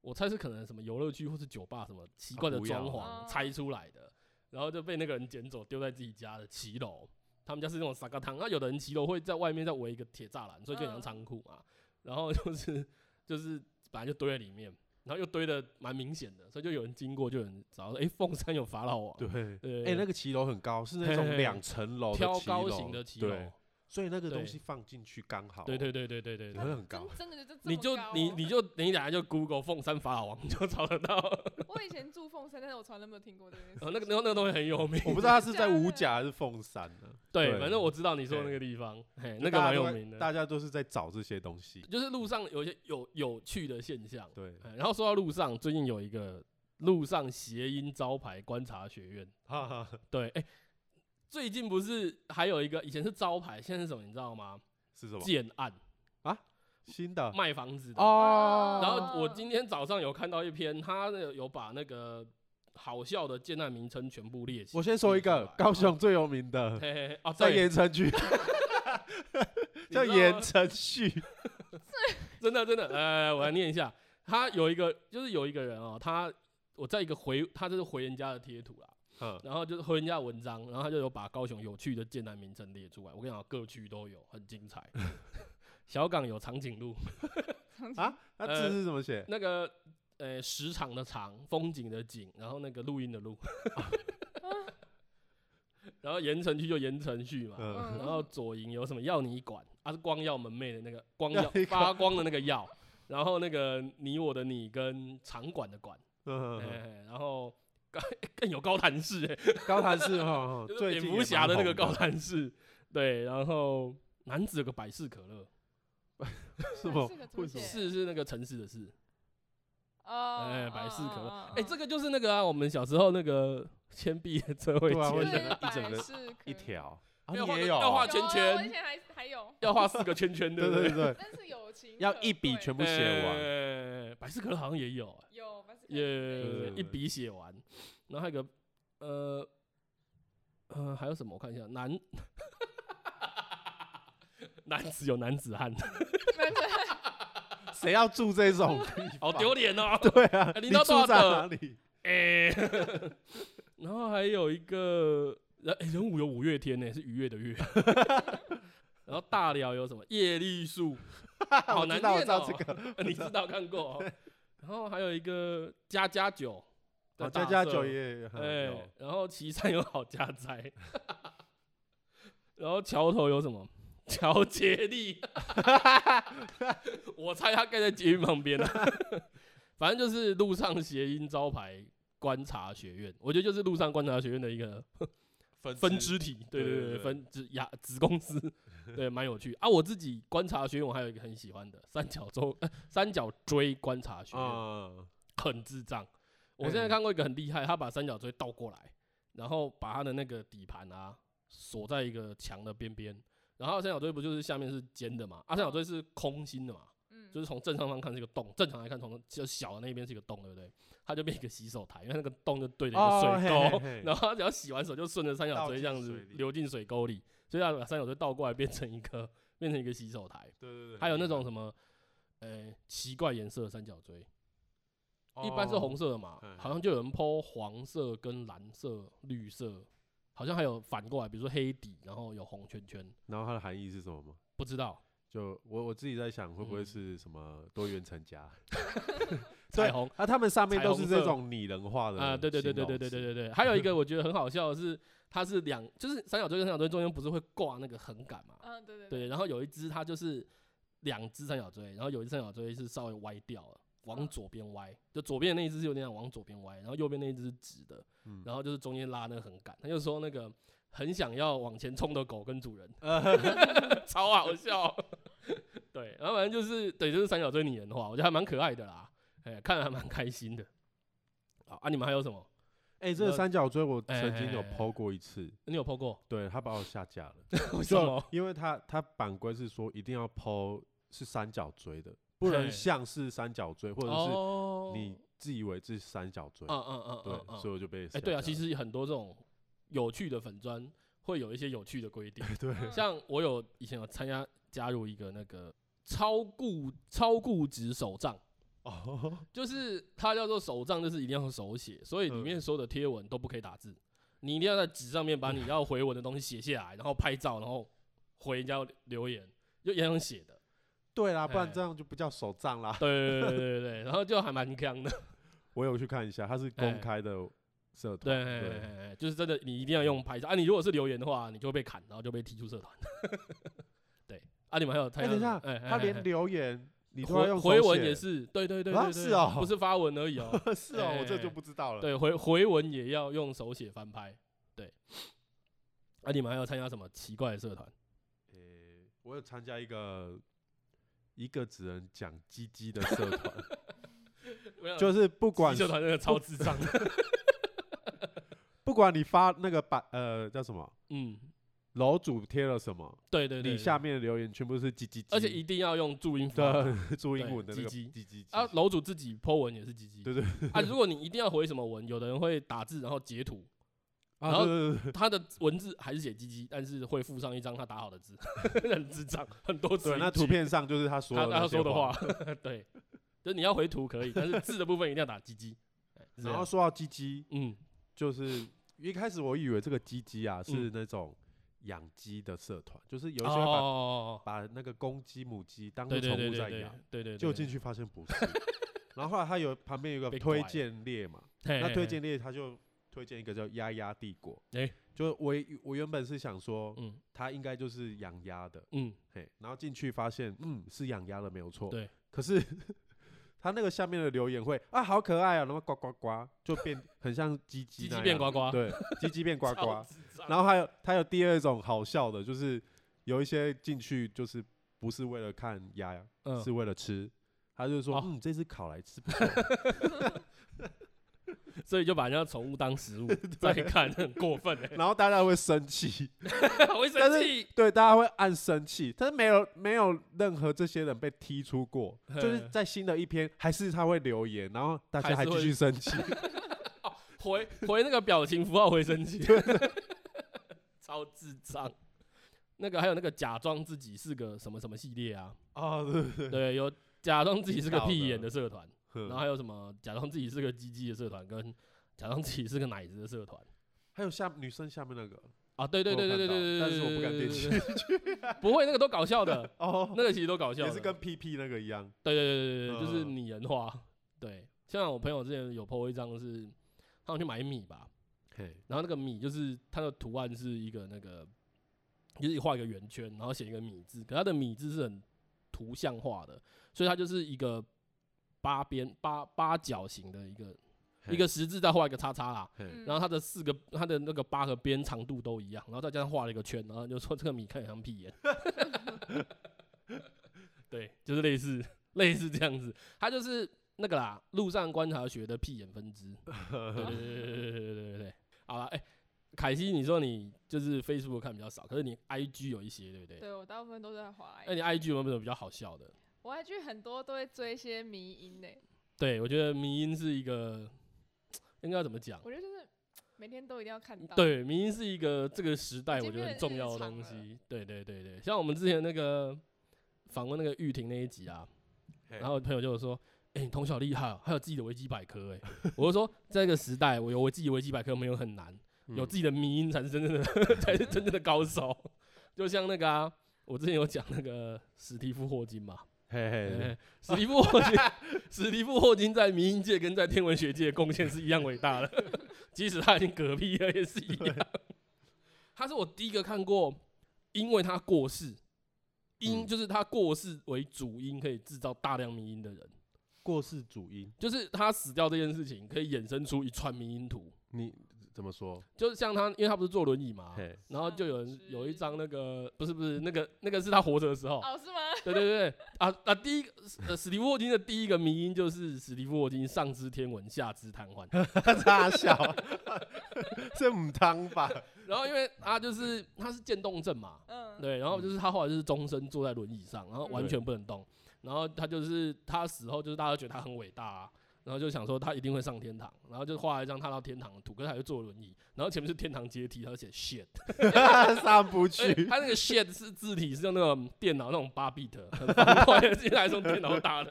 Speaker 2: 我猜是可能什么游乐区或是酒吧什么奇怪的
Speaker 3: 不
Speaker 2: 装
Speaker 3: 要
Speaker 2: 潢
Speaker 4: 啊
Speaker 2: 拆出来的，然后就被那个人捡走，丢在自己家的骑楼。他们家是那种沙嘎汤，那有的人骑楼会在外面再围一个铁栅栏，所以就很像
Speaker 4: 嗯
Speaker 2: 仓库嘛。然后就是 就是本来就堆在里面，然后又堆的蛮明显的，所以就有人经过就有人找到说，哎、凤山有法老王，
Speaker 3: 对。
Speaker 2: 对，
Speaker 3: 哎，那个骑楼很高，是
Speaker 2: 嘿
Speaker 3: 那
Speaker 2: 嘿嘿
Speaker 3: 种两层楼的
Speaker 2: 挑
Speaker 3: 骑
Speaker 2: 高
Speaker 3: 楼
Speaker 2: 型的骑楼
Speaker 3: 对，所以那个
Speaker 2: 对
Speaker 3: 东西放进去刚好，
Speaker 2: 对对对对对对
Speaker 3: 你
Speaker 2: 对
Speaker 3: 会很高啊
Speaker 4: 真。真的就这哦
Speaker 2: 你就你你
Speaker 4: 就，
Speaker 2: 就你等下就 Google 凤山法老王你就找得 到，
Speaker 4: 我以前住凤山，但是我从来都没有听过这件事。
Speaker 2: 哦，那个那个那个东西很有 名，
Speaker 3: 我不知道他是
Speaker 4: 假
Speaker 3: 在
Speaker 4: 的
Speaker 3: 五甲还是凤山呢、
Speaker 2: 对，
Speaker 3: 对
Speaker 2: 反正我知道你说的那
Speaker 3: 对
Speaker 2: 个地方，嘿，
Speaker 3: 就
Speaker 2: 那个
Speaker 3: 大家
Speaker 2: 蛮
Speaker 3: 都
Speaker 2: 有
Speaker 3: 在
Speaker 2: 名的，
Speaker 3: 大家都是在找这些东西。
Speaker 2: 就是路上有一些有有趣的现象。
Speaker 3: 对，
Speaker 2: 哎然后说到路上，最近有一个路上谐音招牌观察学院，
Speaker 3: 哈哈，
Speaker 2: 对，哎、最近不是还有一个以前是招牌，现在是什么你知道吗？
Speaker 3: 是什么？
Speaker 2: 建案
Speaker 3: 新的
Speaker 2: 卖房子的。嗯
Speaker 3: 哦。
Speaker 2: 然后我今天早上有看到一篇，他那个有把那个好笑的建案名称全部列起。
Speaker 3: 我先说
Speaker 2: 列
Speaker 3: 一
Speaker 2: 出
Speaker 3: 个
Speaker 2: 来
Speaker 3: 高，雄最有名的，
Speaker 2: 嘿嘿嘿，哦，
Speaker 3: 在
Speaker 2: 对
Speaker 3: 盐城区
Speaker 2: 你
Speaker 3: 叫
Speaker 2: 知道吗
Speaker 3: 盐城旭，
Speaker 2: 真的真的，呃，我来念一下，他有一个就是有一个人哦，他我在一个回他就是回人家的贴图啦，
Speaker 3: 嗯
Speaker 2: 然后就是回人家的文章，然后他就有把高雄有趣的剑南名称列出来，我跟你讲，各区都有，很精彩。 小港有长颈鹿，
Speaker 3: 啊，那
Speaker 2: 呃
Speaker 3: 字是怎么写？
Speaker 2: 那个呃时长的长，风景的景，然后那个录音的录， 然后盐城区就盐城区嘛，
Speaker 3: 嗯，
Speaker 2: 然后左营有什么要你管，啊是光耀门楣的那个光耀
Speaker 3: 要你管
Speaker 2: 发光的那个耀，然后那个你我的你跟场馆的馆，
Speaker 3: 嗯嗯，
Speaker 2: 哎，然后更更有高谭市，哎，
Speaker 3: 高谭市哈，
Speaker 2: 就是
Speaker 3: 最
Speaker 2: 蝙
Speaker 3: 近
Speaker 2: 蝠
Speaker 3: 也
Speaker 2: 侠
Speaker 3: 蛮
Speaker 2: 的那个
Speaker 3: 红
Speaker 2: 高谭市，对，然后男子有个百事可乐，
Speaker 3: 是吗
Speaker 4: 这个怎么
Speaker 3: 为什
Speaker 4: 写
Speaker 3: 么？
Speaker 2: 市是那个城市的市，
Speaker 4: 哦，
Speaker 2: 哎
Speaker 4: 哦
Speaker 2: 百事可乐
Speaker 4: 哦哦
Speaker 2: 哎，这个就是那个啊，我们小时候那个铅笔的车位
Speaker 3: 对啊我以
Speaker 2: 签，
Speaker 3: 前
Speaker 4: 哦对，
Speaker 3: 一整
Speaker 4: 百
Speaker 3: 个
Speaker 4: 事可
Speaker 3: 一
Speaker 4: 乐
Speaker 3: 条？啊
Speaker 2: 要
Speaker 3: 你
Speaker 2: 画
Speaker 3: 也
Speaker 2: 个
Speaker 3: 有
Speaker 2: 要画画
Speaker 3: 哦？
Speaker 2: 圈
Speaker 4: 有啊我以
Speaker 2: 圈，
Speaker 4: 前还还有，
Speaker 2: 要画四个圈 圈，对不
Speaker 3: 对对对，
Speaker 4: 但是友情
Speaker 3: 要
Speaker 4: 可
Speaker 3: 一笔
Speaker 4: 贵
Speaker 3: 全部
Speaker 2: 不
Speaker 3: 写完。
Speaker 2: 完，哎百事可乐好像也有，哎
Speaker 4: 有百事可乐
Speaker 3: 对
Speaker 2: 也
Speaker 3: 对
Speaker 2: 一
Speaker 3: 对
Speaker 2: 笔写完，然后还有个呃呃还有什么？我看一下，男 男子有男子汉，
Speaker 3: 谁要住这种地
Speaker 2: 好
Speaker 3: 方？
Speaker 2: 丢脸哦。
Speaker 3: 对啊，
Speaker 2: 哎你
Speaker 3: 你
Speaker 2: 到
Speaker 3: 住
Speaker 2: 多少
Speaker 3: 在
Speaker 2: 的
Speaker 3: 哪里？
Speaker 2: 哎， 然后还有一个人、哎人五有五月 天呢、是愉悦的悦。然后大寮有什么叶绿素，好
Speaker 3: 我
Speaker 2: 难
Speaker 3: 知道，我
Speaker 2: 念
Speaker 3: 知
Speaker 2: 哦
Speaker 3: 道、这个。
Speaker 2: 你知道看过、哦？然后还有一个家家酒，
Speaker 3: 哦，家家酒
Speaker 2: 也。
Speaker 3: 也有，
Speaker 2: 哎、
Speaker 3: 有
Speaker 2: 然后岐山有好家宅， 然后桥头有什么？乔杰利， 我猜他盖在捷运旁边啊。 反正就是路上谐音招牌观察学院，我觉得就是路上观察学院的一个
Speaker 3: 分
Speaker 2: 分支体，对对
Speaker 3: 对
Speaker 2: 对
Speaker 3: 对
Speaker 2: 对，
Speaker 3: 对
Speaker 2: 分支呀子公司，对，蛮有趣啊。我自己观察学院，我还有一个很喜欢的三角洲、呃三角锥观察学院，
Speaker 3: 啊，
Speaker 2: 嗯很智障。我现在
Speaker 3: 嗯
Speaker 2: 看过一个很厉害，他把三角锥倒过来，然后把他的那个底盘啊锁在一个墙的边边，然后三角锥不就是下面是尖的嘛？啊，三角锥是空心的嘛，
Speaker 4: 嗯，
Speaker 2: 就是从正上方看是一个洞，正常来看从就小的那边是一个洞，对不对？它就变一个洗手台，因为那个洞就对着一个
Speaker 3: 哦
Speaker 2: 水沟，
Speaker 3: 嘿嘿嘿
Speaker 2: 然后它只要洗完手就顺着三角
Speaker 3: 倒
Speaker 2: 锥
Speaker 3: 进
Speaker 2: 这样子
Speaker 3: 水里
Speaker 2: 流进水沟里，所以它把三角锥倒过来变成一个变成一个洗手台，
Speaker 3: 对对对，
Speaker 2: 还有那种什么呃奇怪颜色的三角锥。
Speaker 3: 哦
Speaker 2: 一般是红色的嘛
Speaker 3: 嗯，
Speaker 2: 好像就有人剖黄色跟蓝色、绿色，好像还有反过来，比如说黑底，然后有红圈圈，
Speaker 3: 然后它的含义是什么吗？
Speaker 2: 不知道
Speaker 3: 就我我自己在想，会不会
Speaker 2: 嗯
Speaker 3: 是什么多元成家？对
Speaker 2: 彩虹
Speaker 3: 啊，他们上面
Speaker 2: 彩
Speaker 3: 都
Speaker 2: 虹
Speaker 3: 是
Speaker 2: 色
Speaker 3: 这种拟人化的
Speaker 2: 嗯啊，对对对对
Speaker 3: 形
Speaker 2: 对对
Speaker 3: 容
Speaker 2: 对
Speaker 3: 词，
Speaker 2: 对对，还有 一个我觉得很好笑的是，它是两，就是三角锥跟三角锥中间不是会挂那个横杆嘛，
Speaker 4: 嗯，对对
Speaker 2: 对，，然后有一只它就是两只三角锥，然后有一只三角锥是稍微歪掉了，往
Speaker 4: 嗯
Speaker 2: 左边歪，就左边的那一只是有点像往左边歪，然后右边那一只是直的，
Speaker 3: 嗯
Speaker 2: 然后就是中间拉那个横杆，他就说那个很想要往前冲的狗跟主 人，超好笑。 对，然后反正就是对，就是三角锥拟人化，我觉得还蛮可爱的啦，哎、看了还蛮开心的。好啊，你们还有什么？
Speaker 3: 哎，这个三角锥我
Speaker 2: 哎
Speaker 3: 曾经有
Speaker 2: 哎哎哎
Speaker 3: PO 过一次，
Speaker 2: 你有 PO 过？
Speaker 3: 对他把我下架了，
Speaker 2: 为什
Speaker 3: 就
Speaker 2: 么？
Speaker 3: 因为他他版规是说一定要 PO 是三角锥的，不能
Speaker 2: 嘿
Speaker 3: 像是三角锥，或者是
Speaker 2: 哦
Speaker 3: 你自以为是三角锥
Speaker 2: 嗯，嗯嗯嗯
Speaker 3: 对，
Speaker 2: 嗯
Speaker 3: 所以我就被
Speaker 2: 哎、对啊，
Speaker 3: 下架
Speaker 2: 其
Speaker 3: 了
Speaker 2: 实很多这种有趣的粉砖会有一些有趣的 规定，
Speaker 3: 对
Speaker 4: 嗯
Speaker 2: 像我有以前有参加加入一个那个超固超固执手账，
Speaker 3: 哦，
Speaker 2: 就是它叫做手账，就是一定要手写，所以里面所有的贴文都不可以打字，你一定要在纸上面把你要回文的东西写下来，然后拍照，然后回人家留言，就一样写的。
Speaker 3: 对啦，不
Speaker 2: 哎
Speaker 3: 然这样就不叫手账啦。
Speaker 2: 对对对对对对，然后就还蛮强的。
Speaker 3: 我有去看一下，它是
Speaker 2: 哎
Speaker 3: 公开的社团，
Speaker 2: 对对对，对就是真的，你一定要用拍照啊！你如果是留言的话，你就会被砍，然后就被踢出社团。对啊，你们还有他
Speaker 3: 哎，等一下，
Speaker 2: 哎哎
Speaker 3: 他
Speaker 2: 哎哎
Speaker 3: 连留言你都要
Speaker 2: 回
Speaker 3: 用
Speaker 2: 回
Speaker 3: 手
Speaker 2: 文
Speaker 3: 写
Speaker 2: 也，是，对对对
Speaker 3: 啊
Speaker 2: 对对
Speaker 3: 是哦
Speaker 2: 不是发文而已哦。
Speaker 3: 是哦，我这
Speaker 2: 哎
Speaker 3: 就不知道了。
Speaker 2: 对，回回文也要用手写翻拍。对，啊，你们还有参加什么奇怪的社团？
Speaker 3: 诶，我有参加一个一个只能讲鸡鸡的社 团，
Speaker 2: 没有啦
Speaker 3: 就是不管
Speaker 2: 社团真的超智障 的。
Speaker 3: 不管你发那个版呃叫什么，
Speaker 2: 嗯，
Speaker 3: 楼主贴了什么，
Speaker 2: 对对对，
Speaker 3: 你
Speaker 2: 对
Speaker 3: 下，面的留言全部是鸡鸡鸡，
Speaker 2: 而且一定要用注音符号
Speaker 3: 的 注英
Speaker 2: 对
Speaker 3: 文的那
Speaker 2: 鸡
Speaker 3: 个
Speaker 2: 鸡
Speaker 3: 鸡鸡
Speaker 2: 啊
Speaker 3: 鸡，
Speaker 2: 楼主自己 po 文也是鸡鸡。
Speaker 3: 对对
Speaker 2: 啊，如果你一定要回什么文，有的人会打字然后截 图，
Speaker 3: 啊
Speaker 2: 然后
Speaker 3: 对对 对
Speaker 2: 他的文字还是写鸡鸡，但是会附上一张他打好的字， 很智障，很多字。
Speaker 3: 对，那图片上就是他说
Speaker 2: 他
Speaker 3: 的
Speaker 2: 他
Speaker 3: 那些
Speaker 2: 说的话，，对，就是你要回图可以，但是字的部分一定要打鸡 鸡。哎是这
Speaker 3: 然后
Speaker 2: 样
Speaker 3: 说到鸡鸡，
Speaker 2: 嗯，
Speaker 3: 就是一开始我以为这个鸡鸡啊是那种养鸡的社团，就是有一些会把
Speaker 2: 哦，
Speaker 3: 把那个公鸡、母鸡当
Speaker 2: 对对
Speaker 3: 做宠
Speaker 2: 对
Speaker 3: 物
Speaker 2: 对
Speaker 3: 在
Speaker 2: 对
Speaker 3: 养，
Speaker 2: 对对，
Speaker 3: 就进去发现不 是。然后后来他有旁边有一个
Speaker 2: 被
Speaker 3: 推
Speaker 2: 拐
Speaker 3: 荐列嘛，
Speaker 2: 对，
Speaker 3: 那
Speaker 2: 嘿
Speaker 3: 推荐，列他就推荐一个叫鸭鸭帝国。
Speaker 2: 哎
Speaker 3: 就我以我原本是想说
Speaker 2: 嘿嗯
Speaker 3: 他应该就是养鸭的，
Speaker 2: 嗯，
Speaker 3: 嘿，然后进去发现嗯是养鸭的没有错，
Speaker 2: 对。
Speaker 3: 可是 他那个下面的留言会啊好可爱啊，然后呱呱呱就变很像鸡
Speaker 2: 鸡
Speaker 3: 鸡那
Speaker 2: 鸡
Speaker 3: 样
Speaker 2: 变呱呱，
Speaker 3: 对，鸡鸡变 呱
Speaker 2: 超
Speaker 3: 呱。
Speaker 2: 智障，
Speaker 3: 然后还有还有第二种好笑的，就是有一些进去就是不是为了看鸭，
Speaker 2: 嗯
Speaker 3: 是为了吃。他就说
Speaker 2: 哦：“
Speaker 3: 嗯，这只烤来吃不错。
Speaker 2: 所以就把人家宠物当食物再看，很过分欸
Speaker 3: 然后大家会生气，
Speaker 2: 我会
Speaker 3: 但
Speaker 2: 生
Speaker 3: 是
Speaker 2: 气。
Speaker 3: 对，大家会按生气，但是没有没有任何这些人被踢出过，就是
Speaker 2: 嗯
Speaker 3: 在新的一篇还是他会留言，然后大家
Speaker 2: 还
Speaker 3: 还
Speaker 2: 是
Speaker 3: 继
Speaker 2: 会
Speaker 3: 续生气，
Speaker 2: 回回那个表情符号回生气，超智障。那个还有那个假装自己是个什么什么系列啊？
Speaker 3: 哦，对对对
Speaker 2: 对，有假装自己是个屁眼的社团，然后还
Speaker 3: 哼，
Speaker 2: 有什么假装自己是个鸡鸡的社团，跟假装自己是个奶子的社团
Speaker 3: 还有下女生下面那个，
Speaker 2: 啊？对对
Speaker 3: 我
Speaker 2: 对
Speaker 3: 有
Speaker 2: 对对对
Speaker 3: 看到
Speaker 2: 对，
Speaker 3: 但是我不敢点进
Speaker 2: 去，不会那个都搞笑的，
Speaker 3: 哦，
Speaker 2: 那个其实都搞笑，
Speaker 3: 也是跟 PP 那个一样，
Speaker 2: 对对对对对，就是拟人化。对，像我朋友之前有 PO 一张是他们去买米吧，
Speaker 3: 嘿，
Speaker 2: 然后那个米就是它的图案是一个那个，就是画一个圆圈，然后写一个米字，可它的米字是很图像化的，所以它就是一个八边八八角形的一个一个十字，再画一个叉叉啦。
Speaker 3: 嘿，
Speaker 4: 嗯
Speaker 3: 嘿
Speaker 2: 然后它的四个，它的那个八个边长度都一样，然后再加上画了一个圈，然后就说这个米看起来像屁眼。 对，就是类似类似这样子，它就是那个啦，路上观察学的屁眼分支。对对对对对对对对对对。好了，哎、凯西，你说你就是 Facebook 看比较少，可是你 IG 有一些，对不对？
Speaker 4: 对我大部分都在滑
Speaker 2: 那
Speaker 4: IG，
Speaker 2: 你 IG 有没有比较好笑的？
Speaker 4: 我 IG 很多都会追一些迷欸音呢，
Speaker 2: 对，我觉得迷音是一个，应该要怎么讲？
Speaker 4: 我觉得就是每天都一定要看到。，
Speaker 2: 对，迷音是一个这个时代
Speaker 4: 已经
Speaker 2: 我觉得很
Speaker 4: 变成
Speaker 2: 重
Speaker 4: 日
Speaker 2: 要的
Speaker 4: 常
Speaker 2: 东
Speaker 4: 了
Speaker 2: 西。对对对对，像我们之前那个访问那个玉婷那一集啊，
Speaker 3: 嘿
Speaker 2: 然后朋友就说：“哎、你同学好厉害哦，还有自己的维基百科。”哎， 我就说这个时代，我有我自己的维基百科没有很难，
Speaker 3: 嗯
Speaker 2: 有自己的迷音才是真正的 才是真正的高手。 就像那个啊，我之前有讲那个史蒂夫霍金嘛，
Speaker 3: 嘿嘿，
Speaker 2: 哎史蒂夫霍金，史蒂夫霍金在迷音界跟在天文学界的贡献是一样伟大的， 即使他已经嗝屁了，也是一样。他是我第一个看过，因为他过世，因、
Speaker 3: 嗯
Speaker 2: 就是他过世为主因，可以制造大量迷音的人，
Speaker 3: 过世主因，
Speaker 2: 就是他死掉这件事情可以衍生出一串迷音图，
Speaker 3: 你怎么说？
Speaker 2: 就是像他，因为他不是坐轮椅嘛，
Speaker 3: 嘿，
Speaker 2: 然后就有人有一
Speaker 4: 是
Speaker 2: 张那个不是不是那个那个是他活着的时候，
Speaker 4: 哦是吗？
Speaker 2: 对对对啊啊！第一个呃，史蒂夫霍金的第一个迷因就是史蒂夫霍金上知天文下知瘫痪，
Speaker 3: 大小，这母汤吧，
Speaker 2: 然后因为他就是他是渐冻症嘛，
Speaker 4: 嗯，
Speaker 2: 对，然后就是他后来就是终身坐在轮椅上，然后完
Speaker 3: 对
Speaker 2: 全不能动，然后他就是他死后就是大家觉得他很伟大、啊。然后就想说他一定会上天堂，然后就画了一张他到天堂的图，可是他就坐轮椅，然后前面是天堂阶梯，他就写 shit，
Speaker 3: 上不
Speaker 2: 而且
Speaker 3: 去。
Speaker 2: 哎他那个 shit 是字体是用那种电脑那种八 bit，很方块的， 进来是用电脑打的。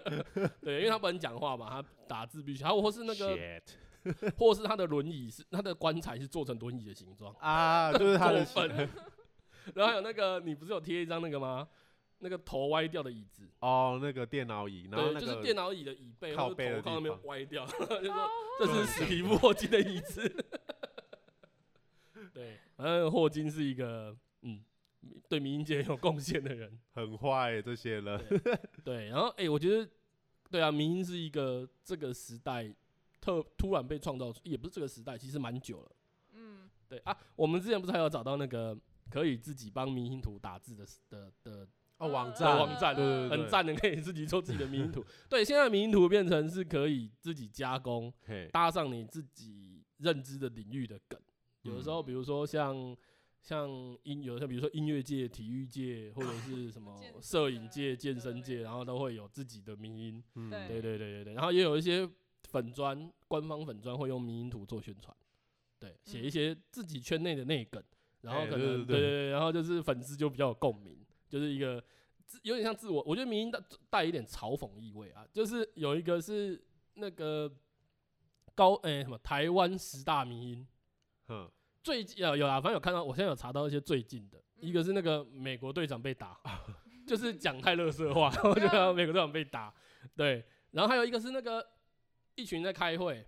Speaker 2: 对，因为他不能讲话嘛，他打字必须，还有或是那个，
Speaker 3: Shit
Speaker 2: 或是他的轮椅是他的棺材是做成轮椅的形状，
Speaker 3: 啊，就是他
Speaker 2: 过
Speaker 3: 的
Speaker 2: 分。然后还有那个，你不是有贴一张那个吗？那个头歪掉的椅子，
Speaker 3: 哦，那个电脑椅，然后
Speaker 2: 对，
Speaker 3: 那
Speaker 2: 就是电
Speaker 3: 个
Speaker 2: 脑椅的椅背
Speaker 3: 靠
Speaker 2: 或
Speaker 3: 背
Speaker 2: 者
Speaker 3: 的
Speaker 2: 头靠那
Speaker 3: 地
Speaker 2: 边
Speaker 3: 方
Speaker 2: 歪掉， 就说
Speaker 4: 哦
Speaker 2: 这是史蒂夫霍金的椅子。 对，反正霍金是一个嗯对民间有贡献的人。
Speaker 3: 很坏欸这些人，
Speaker 2: 对，然后哎、我觉得对啊，民音是一个这个时代特突然被创造出，也不是这个时代，其实蛮久了。
Speaker 4: 嗯，
Speaker 2: 对啊，我们之前不是还有找到那个可以自己帮民音图打字的的的，
Speaker 3: 哦，网
Speaker 4: 呃
Speaker 3: 站，
Speaker 2: 网站
Speaker 3: 对对对
Speaker 2: 很赞的，可以自己做自己的民音图。对，现在的民音图变成是可以自己加工，
Speaker 3: 嘿，
Speaker 2: 搭上你自己认知的领域的梗。有的时候，
Speaker 4: 嗯
Speaker 2: 比如说像像音，有的时候比如说音乐界、体育界，或者是什么
Speaker 4: 健身
Speaker 2: 摄影
Speaker 4: 啊
Speaker 2: 界、健
Speaker 4: 对
Speaker 2: 身
Speaker 4: 对
Speaker 2: 界，
Speaker 4: 对
Speaker 2: 然后都会有自己的民音。
Speaker 3: 嗯
Speaker 4: 对
Speaker 2: 对对对对对，然后也有一些粉砖，官方粉砖会用迷音图做宣传，对，写一
Speaker 4: 嗯
Speaker 2: 些自己圈内的内梗，然后
Speaker 3: 哎
Speaker 2: 可
Speaker 3: 对
Speaker 2: 能
Speaker 3: 对对
Speaker 2: 对对，然后就是粉丝就比较有共鸣，就是一个自有点像自我，我觉得迷音带带一点嘲讽意味啊，就是有一个是那个高哎、什么台湾十大迷音。
Speaker 3: 哼，
Speaker 2: 最近有有啦，反正有看到，我现在有查到一些最近的，一
Speaker 3: 嗯
Speaker 2: 个是那个美国队长被 打，就是讲太乐色话， 我
Speaker 3: 啊
Speaker 4: 啊
Speaker 2: 觉得美国队长被打，对，然后还有一个是那个一群在开会，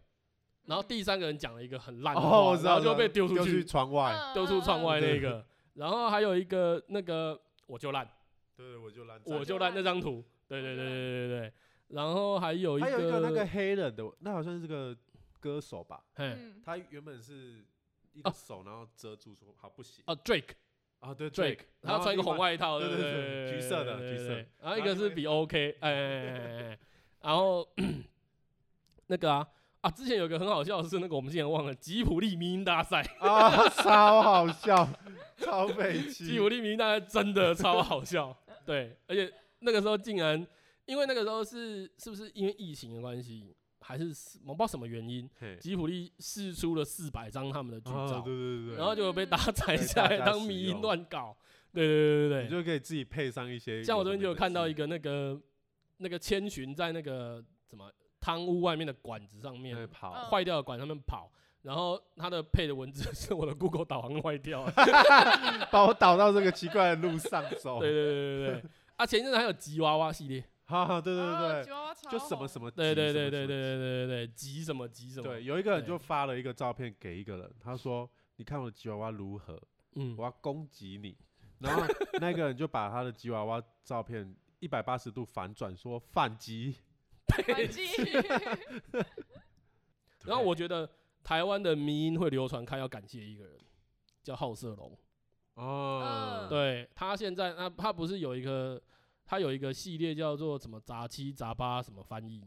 Speaker 2: 然后
Speaker 4: 嗯
Speaker 2: 第三个人讲了一个很烂的
Speaker 3: 哦，
Speaker 2: 话
Speaker 3: 我，知
Speaker 2: 然
Speaker 3: 道
Speaker 2: 后就被丢
Speaker 3: 丢
Speaker 2: 出去，
Speaker 3: 窗外，
Speaker 4: 嗯
Speaker 2: 丢出窗外
Speaker 3: 对
Speaker 2: 那个， 然后还有一个那个我就烂，
Speaker 3: 对，我就烂
Speaker 2: 我
Speaker 4: 我
Speaker 2: 就
Speaker 4: 就
Speaker 2: 烂那
Speaker 4: 烂
Speaker 2: 张图，对对
Speaker 4: 我就
Speaker 2: 对
Speaker 4: 烂
Speaker 2: 对对对，然后还有一
Speaker 3: 还有一个那个
Speaker 2: 个，
Speaker 3: 黑人的，那好像是个歌手吧，
Speaker 2: 嘿，
Speaker 4: 嗯，
Speaker 3: 他原本是一个
Speaker 2: 哦
Speaker 3: 手，然后遮住说好不行
Speaker 2: 哦 Drake
Speaker 3: 啊，对
Speaker 2: Drake，
Speaker 3: 然
Speaker 2: 他
Speaker 3: 后
Speaker 2: 穿一个
Speaker 3: 另
Speaker 2: 红
Speaker 3: 外
Speaker 2: 外套，
Speaker 3: 对
Speaker 2: 对
Speaker 3: 对对
Speaker 2: 对，
Speaker 3: 橘色的
Speaker 2: 对对
Speaker 3: 橘
Speaker 2: 对
Speaker 3: 色
Speaker 2: 然后
Speaker 3: 然
Speaker 2: 一
Speaker 3: 后
Speaker 2: 个
Speaker 3: 另
Speaker 2: 是
Speaker 3: 外一
Speaker 2: 比
Speaker 3: 个
Speaker 2: OK，哎哎哎哎哎哎，然后 那个啊啊，之前有一个很好笑的是那个我们之前忘了吉普力民音大赛，
Speaker 3: 啊，超好笑，超 悲
Speaker 2: 吉
Speaker 3: 戚
Speaker 2: 普，力民音大赛真的超好笑，对，而且那个时候竟然因为那个时候是是不是因为疫情的关系，还是什我不知道什么原因，
Speaker 3: 嘿
Speaker 2: 吉普力试出了四百张他们的剧
Speaker 3: 啊，
Speaker 2: 照，
Speaker 3: 对对对
Speaker 2: 然后就被打踩
Speaker 3: 对
Speaker 2: 下
Speaker 3: 大
Speaker 2: 来
Speaker 3: 家
Speaker 2: 当
Speaker 3: 使
Speaker 2: 迷音
Speaker 3: 用
Speaker 2: 乱搞，对对对对对，
Speaker 3: 对，你就可以自己配上一些。
Speaker 2: 像我这边就有看到一
Speaker 3: 个，
Speaker 2: 个那个那个千寻在那个怎么汤屋外面的管子上
Speaker 3: 在
Speaker 2: 面
Speaker 3: 哎跑，
Speaker 4: 嗯
Speaker 2: 坏掉的管上面跑，然后它的配的文字 是我的 Google 导航坏掉了。
Speaker 3: 把我导到这个奇怪的路上走。
Speaker 2: 对对对对对对。啊，前一阵子还有吉娃娃系列，
Speaker 3: 哈哈，对
Speaker 4: 哦
Speaker 3: 对
Speaker 4: 吉
Speaker 3: 对
Speaker 4: 娃娃
Speaker 3: 对，就什么什
Speaker 4: 么，
Speaker 3: 么，
Speaker 2: 对对对对对
Speaker 3: 对
Speaker 2: 对对对，吉什么吉什么，
Speaker 3: 对，有一个人
Speaker 2: 对
Speaker 3: 就发了一个照片给一个人，他说：“你看我的吉娃娃如何？
Speaker 2: 嗯
Speaker 3: 我，要攻击你。” 然后那个人就把他的吉娃娃照片一百八十度反转，说反击。
Speaker 4: 反击
Speaker 2: 然后我觉得台湾的迷音会流传开，要感谢一个人，叫好色龙。
Speaker 3: 哦，
Speaker 4: 嗯
Speaker 2: 对他现在，那他不是有一个，他有一个系列叫做什么杂七杂八什么翻译，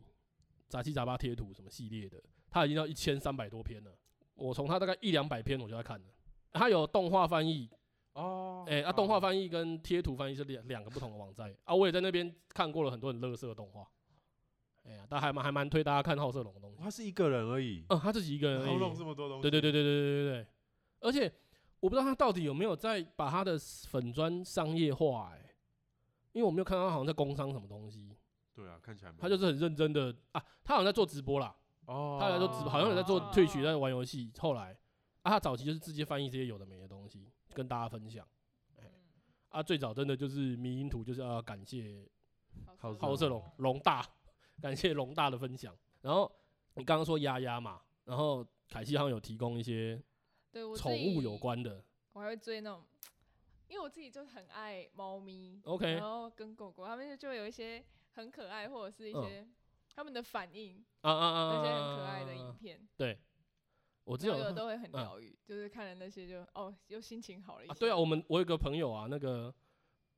Speaker 2: 杂七杂八贴图什么系列的，他已经到一千三百多篇了。我从他大概一两百篇我就在看了。他有动画翻译，
Speaker 3: 哦，
Speaker 2: 哎、那、动画翻译跟贴图翻译是两两个不同的网站啊。我也在那边看过了很多很乐色的动画，哎、呀，但还蛮还蛮推大家看好色龙的东西。
Speaker 3: 他是一个人而已，
Speaker 2: 嗯，他自己一个人而
Speaker 3: 然
Speaker 2: 已
Speaker 3: 后弄这么多东西，
Speaker 2: 对对对对对对对对，而且我不知道他到底有没有在把他的粉砖商业化、欸，因为我没有看到他好像在工商什么东西，
Speaker 3: 对啊，看起来没
Speaker 2: 他
Speaker 3: 有
Speaker 2: 就是很认真的啊，他好像在做直播啦，
Speaker 3: 哦，
Speaker 2: 他好像在做直，好像有在做
Speaker 4: 哦
Speaker 2: 退学，在玩游戏，后来啊，他早期就是直接翻译这些有的没的东西跟大家分享，哎
Speaker 4: 嗯
Speaker 2: 啊，最早真的就是迷音图，就是要感谢
Speaker 3: 好色
Speaker 2: 好色龙龙大， 感谢龙大的分享，然后你刚刚说丫丫嘛，然后凯西好像有提供一些
Speaker 4: 对我自
Speaker 2: 宠物有
Speaker 4: 己
Speaker 2: 关的。
Speaker 4: 我还会追那种，因为我自己就很爱猫咪
Speaker 2: OK
Speaker 4: 然后跟狗狗，他们就就有一些很可爱，或者是一
Speaker 2: 嗯
Speaker 4: 些他们的反应，
Speaker 2: 啊啊啊！
Speaker 4: 那
Speaker 2: 啊
Speaker 4: 些
Speaker 2: 啊
Speaker 4: 很可爱的
Speaker 2: 啊啊
Speaker 4: 影
Speaker 2: 啊
Speaker 4: 片，
Speaker 2: 我之
Speaker 4: 然
Speaker 2: 前
Speaker 4: 后有
Speaker 2: 有
Speaker 4: 的都会很
Speaker 2: 嗯
Speaker 4: 疗愈，就是看了那些就哦，又心情好了一些。
Speaker 2: 啊，对啊，我们我有个朋友啊，那个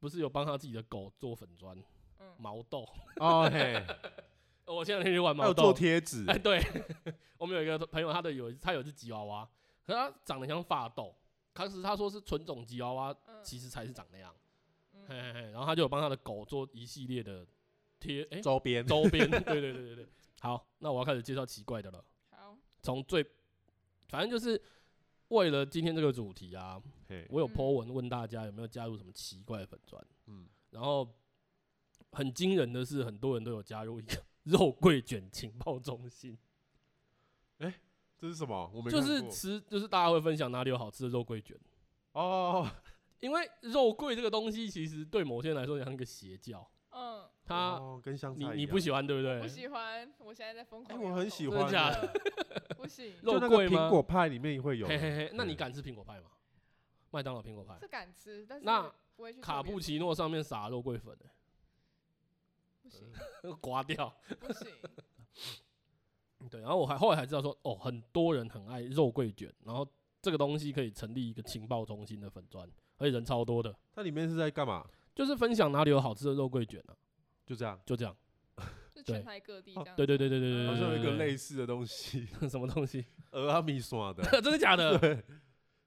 Speaker 2: 不是有帮他自己的狗做粉砖
Speaker 4: 嗯，
Speaker 2: 毛豆，
Speaker 3: 哦嘿，
Speaker 2: 我前两天去玩
Speaker 3: 还有
Speaker 2: 毛
Speaker 3: 做
Speaker 2: 豆，
Speaker 3: 贴纸
Speaker 2: 哎，，对，我们有一个朋友，他的有一他有一只吉娃娃，可是他长得像发豆，当时他说是纯种吉娃娃，
Speaker 4: 嗯
Speaker 2: 其实才是长那样，
Speaker 4: 嗯
Speaker 2: 嘿嘿嘿，然后他就有帮他的狗做一系列的贴，哎，
Speaker 3: 周边
Speaker 2: 周边，对对对对 对，好，那我要开始介绍奇怪的了，
Speaker 4: 好，
Speaker 2: 从最，反正就是为了今天这个主题啊，
Speaker 3: 嘿，
Speaker 2: 我有 po
Speaker 4: 嗯
Speaker 2: 文问大家有没有加入什么奇怪的粉砖，
Speaker 3: 嗯，
Speaker 2: 然后很惊人的是，很多人都有加入一个 肉桂卷情报中心，
Speaker 3: 这是什么？我没
Speaker 2: 就
Speaker 3: 看
Speaker 2: 是
Speaker 3: 过
Speaker 2: 吃，就是大家会分享哪里有好吃的肉桂卷，
Speaker 3: 哦，
Speaker 2: 因为肉桂这个东西，其实对某些人来说像一个邪教。
Speaker 4: 嗯，
Speaker 2: 它、
Speaker 3: 哦跟香
Speaker 2: 你
Speaker 3: 菜
Speaker 2: 你
Speaker 3: 一
Speaker 2: 不
Speaker 3: 样
Speaker 2: 喜欢对不对？
Speaker 4: 不喜欢，我现在在疯狂
Speaker 3: 哎
Speaker 4: 摇头。
Speaker 3: 我很喜
Speaker 2: 真的
Speaker 3: 欢
Speaker 2: 假
Speaker 3: 欸
Speaker 2: 的？
Speaker 4: 不行，
Speaker 2: 肉
Speaker 3: 就那个
Speaker 2: 桂吗
Speaker 3: 苹果派里面也会有
Speaker 2: 嘿嘿嘿，那你
Speaker 3: 嗯
Speaker 2: 敢吃苹果派吗？麦当劳苹果派
Speaker 4: 这，敢吃，但是
Speaker 2: 那
Speaker 4: 不会去
Speaker 2: 卡
Speaker 4: 特别
Speaker 2: 布奇诺上面撒肉桂粉、欸，
Speaker 4: 不行
Speaker 2: 刮掉。
Speaker 4: 不行，
Speaker 2: 对，然后我还后来才知道说，哦，很多人很爱肉桂卷，然后这个东西可以成立一个情报中心的粉砖，而且人超多的，
Speaker 3: 它里面是在干嘛？
Speaker 2: 就是分享哪里有好吃的肉桂卷啊，
Speaker 3: 就这样，
Speaker 2: 就这样。
Speaker 4: 是
Speaker 2: 对哦
Speaker 4: 全台各地这样。
Speaker 2: 对对对对对对
Speaker 3: 好
Speaker 2: 对
Speaker 3: 像有
Speaker 2: 对
Speaker 3: 一
Speaker 2: 对
Speaker 3: 个类似的东西，
Speaker 2: 对什么东西，
Speaker 3: 俄阿米 耍的，
Speaker 2: 真的假的？
Speaker 3: 对，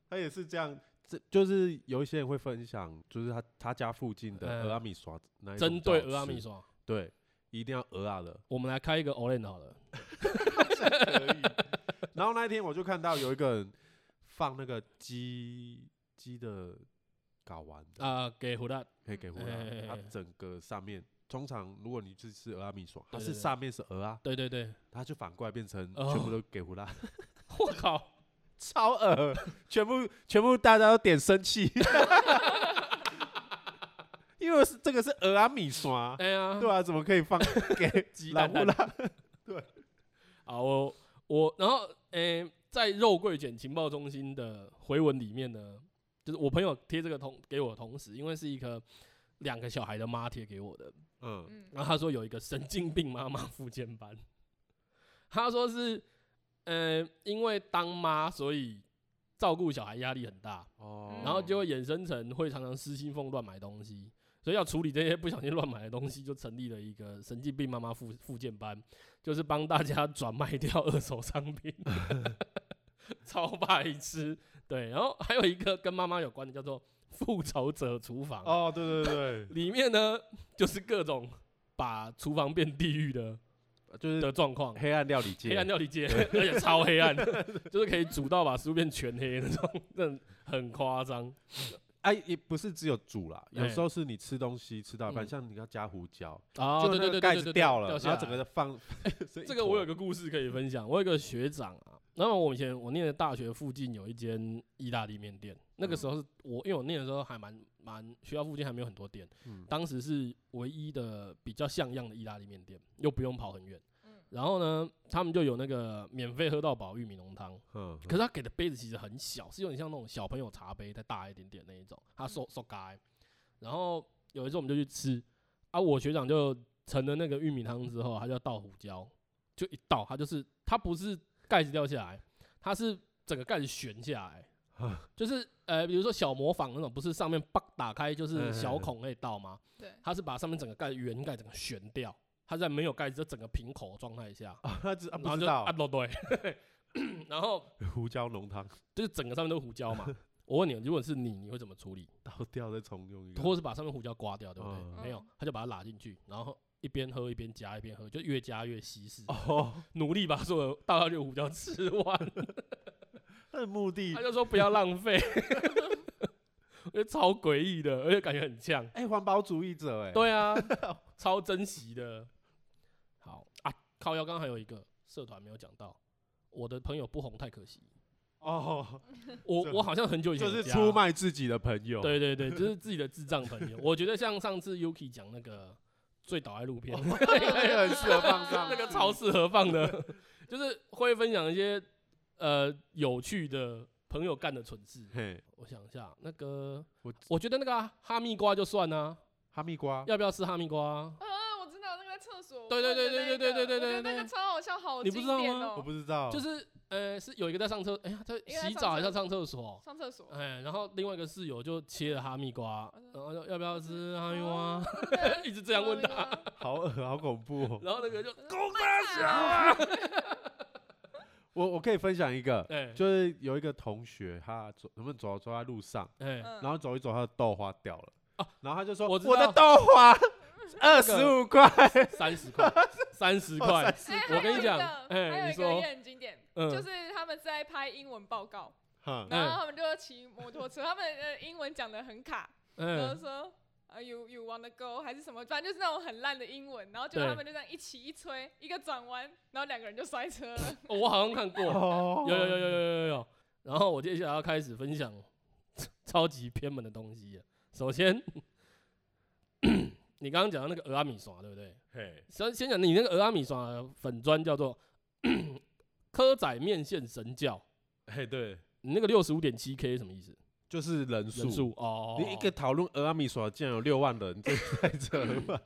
Speaker 3: 他也是这样。这就是有一些人会分享，就是他他家附近的
Speaker 2: 嗯
Speaker 3: 俄阿米耍那一种
Speaker 2: 针对
Speaker 3: 比
Speaker 2: 俄
Speaker 3: 较
Speaker 2: 阿
Speaker 3: 好吃
Speaker 2: 米，爽，
Speaker 3: 对，一定要俄阿 的，
Speaker 2: 我们来开一个 Olen 好了。
Speaker 3: 可以。 然后那一天我就看到有一个人放那个鸡鸡的睾丸
Speaker 2: 啊，给胡大，
Speaker 3: 可以给回
Speaker 2: 哎哎哎
Speaker 3: 来，它
Speaker 2: 哎
Speaker 3: 整个上面通常如果你去吃鹅阿米爽，它
Speaker 2: 对
Speaker 3: 是
Speaker 2: 对对
Speaker 3: 上面是鹅啊，
Speaker 2: 对对对，
Speaker 3: 它就反过来变成
Speaker 2: 哦
Speaker 3: 全部都给胡辣，
Speaker 2: 我靠，
Speaker 3: 超恶，全部全部大家都点生气， 因为是这个是鹅阿米爽啊，
Speaker 2: 哎呀，
Speaker 3: 对啊，怎么可以放给
Speaker 2: 鸡
Speaker 3: 拉
Speaker 2: 蛋
Speaker 3: 胡辣？
Speaker 2: 啊，我我然后诶、在肉桂卷情报中心的回文里面呢，就是我朋友贴这个同给我的同时，因为是一个两个小孩的妈贴给我的，
Speaker 3: 嗯，
Speaker 4: 嗯，
Speaker 2: 然后他说有一个神经病妈妈复健班，他说是呃因为当妈所以照顾小孩压力很大，
Speaker 3: 哦
Speaker 2: 然后就会衍生成会常常失心疯乱买东西，所以要处理这些不小心乱买的东西，就成立了一个神经病妈妈复复健班，就是帮大家转卖掉二手商品， 超白痴。对，然后还有一个跟妈妈有关的叫做复仇者厨房，
Speaker 3: 哦，对对 对，
Speaker 2: 里面呢就是各种把厨房变地狱的
Speaker 3: 就是
Speaker 2: 的状况。
Speaker 3: 嗯黑暗料理界，
Speaker 2: 黑暗料理界， 而且超黑 暗，就是可以煮到把食物变全黑那种， 真的很夸张。
Speaker 3: 哎，也不是只有煮啦，有
Speaker 2: 哎
Speaker 3: 时候是你吃东西吃到一半，
Speaker 2: 嗯
Speaker 3: 像你要加胡椒，
Speaker 2: 啊，
Speaker 3: 就
Speaker 2: 对
Speaker 3: 那
Speaker 2: 对
Speaker 3: 个
Speaker 2: 对，
Speaker 3: 盖
Speaker 2: 对
Speaker 3: 子
Speaker 2: 对
Speaker 3: 掉了，
Speaker 2: 掉下
Speaker 3: 然
Speaker 2: 来
Speaker 3: 后整个放。所以
Speaker 2: 这个我有
Speaker 3: 一
Speaker 2: 个
Speaker 3: 坨
Speaker 2: 故事可以分享。我有个学长啊，然后我以前我念的大学附近有一间意大利面店，那个
Speaker 3: 嗯
Speaker 2: 时候是我因为我念的时候还蛮蛮学校附近还没有很多店，
Speaker 3: 嗯
Speaker 2: 当时是唯一的比较像样的意大利面店，又不用跑很远
Speaker 4: 嗯。
Speaker 2: 然后呢，他们就有那个免费喝到饱玉米浓汤，
Speaker 3: 嗯，
Speaker 2: 可是他给的杯子其实很小，是有点像那种小朋友茶杯，再大一点点那一种。他收收该，然后有一次我们就去吃，啊，我学长就盛了那个玉米汤之后，他就要倒胡椒，就一倒，他就是他不是盖子掉下来，他是整个盖子悬下来，就是呃，比如说小模仿那种，不是上面叭打开就是小孔可以倒吗？
Speaker 4: 对，
Speaker 2: 他是把上面整个盖圆盖整个悬掉，他在没有盖子的整个瓶口的状态下，
Speaker 3: 啊他只啊
Speaker 2: 然
Speaker 3: 不
Speaker 2: 后
Speaker 3: 知
Speaker 2: 就
Speaker 3: 道
Speaker 2: 啊对， 然后。
Speaker 3: 胡椒浓汤
Speaker 2: 就是整个上面都是胡椒嘛。我问你，如果是你，你会怎么处理？
Speaker 3: 倒掉再重用一个，
Speaker 2: 或是把上面胡椒刮掉，对不对？
Speaker 3: 嗯
Speaker 2: 没有
Speaker 4: 嗯，
Speaker 2: 他就把它拉进去，然后一边喝一边加，一边喝，就越加越稀释，
Speaker 3: 哦，
Speaker 2: 努力把所有倒下去的胡椒吃完。
Speaker 3: 他的目的
Speaker 2: 他就说不要浪费， 我觉得超诡异的，而且感觉很呛。
Speaker 3: 哎，环保主义者哎，，
Speaker 2: 对 啊，超珍惜的。好啊，靠腰刚刚还有一个社团没有讲到，我的朋友不红太可惜。
Speaker 3: 哦，
Speaker 2: 我
Speaker 3: 这
Speaker 2: 我好像很久以前
Speaker 3: 就
Speaker 2: 有
Speaker 3: 是
Speaker 2: 加
Speaker 3: 出卖自己的朋友，
Speaker 2: 对对对，就是自己的智障朋友。我 觉得像上次 Yuki 讲那个醉倒在路 边，
Speaker 3: 那个很适合 放上
Speaker 2: 那个超适合放的，就是会分享一些呃有趣的朋友干的蠢事。
Speaker 3: 嘿，
Speaker 2: 我想一下，那个
Speaker 3: 我
Speaker 2: 我觉得那个啊、哈密瓜就算啦、
Speaker 3: 哈密瓜，
Speaker 2: 要不要吃哈密瓜啊？
Speaker 4: 啊，我知道那个在厕所
Speaker 2: 对对对
Speaker 4: 问的那
Speaker 2: 对
Speaker 4: 一
Speaker 2: 对对
Speaker 4: 个
Speaker 2: 对对
Speaker 4: 我觉得那
Speaker 2: 对
Speaker 4: 个超好笑，好
Speaker 2: 你不知道
Speaker 4: 经典
Speaker 2: 吗
Speaker 4: 哦
Speaker 3: 我不知道，
Speaker 2: 就是呃是有一个在上厕，哎呀在
Speaker 4: 个在
Speaker 2: 洗
Speaker 4: 上
Speaker 2: 澡还
Speaker 4: 厕哦
Speaker 2: 是要上厕所？
Speaker 4: 上厕所，
Speaker 2: 哎，然后另外一个室友就切了哈密瓜，然后就要不要吃哈密
Speaker 4: 哦
Speaker 2: 瓜？
Speaker 4: 对对对
Speaker 2: 哎啊
Speaker 4: 哦
Speaker 2: 一直这样问他，
Speaker 4: 哈密瓜
Speaker 3: 好恶，好恐怖哦。
Speaker 2: 然后那个就
Speaker 4: 公大
Speaker 3: 我我可以分享一个，
Speaker 2: 哎
Speaker 3: 就是有一个同学，他走，我们走走在路上，
Speaker 2: 哎。
Speaker 4: 嗯
Speaker 3: 然后走一走，他的豆花掉了
Speaker 2: 啊。
Speaker 3: 然后他就说：“
Speaker 2: 我知道
Speaker 3: 我的豆 花二十五块。
Speaker 2: 三十 块，三十块，
Speaker 4: 哎
Speaker 2: 我跟你讲
Speaker 4: 还
Speaker 2: 哎
Speaker 4: 有一个还有
Speaker 2: 你
Speaker 4: 一个
Speaker 2: 说
Speaker 4: 也很经典，
Speaker 2: 嗯
Speaker 4: 哦就是他们是在拍英文报告，”
Speaker 3: 哼
Speaker 4: 然后他们就骑摩托车，他们的英文讲的很卡，然后
Speaker 2: 嗯，
Speaker 4: 说啊 you you wanna go 还是什么，反正就是那种很烂的英文，然后就
Speaker 2: 对
Speaker 4: 他们就这样一起一吹，一个转弯，然后两个人就摔车 了。
Speaker 2: 哦我好像看过，
Speaker 3: 哦
Speaker 2: 有有有有有有有。然后我接下来要开始分享超级偏门的东西啊。首先， 你刚刚讲到那个俄阿米刷，对不对？
Speaker 5: 嘿，
Speaker 2: 先先讲你那个俄阿米刷的粉砖叫做 科仔面线神教，
Speaker 5: 嘿，对，
Speaker 2: 你那个六十五点七 K 什么意思？
Speaker 3: 就是人
Speaker 2: 人
Speaker 3: 数。
Speaker 2: 数哦，
Speaker 3: 你一个讨论俄阿米索竟然有六万人，这太扯了
Speaker 2: 哦
Speaker 3: 吧？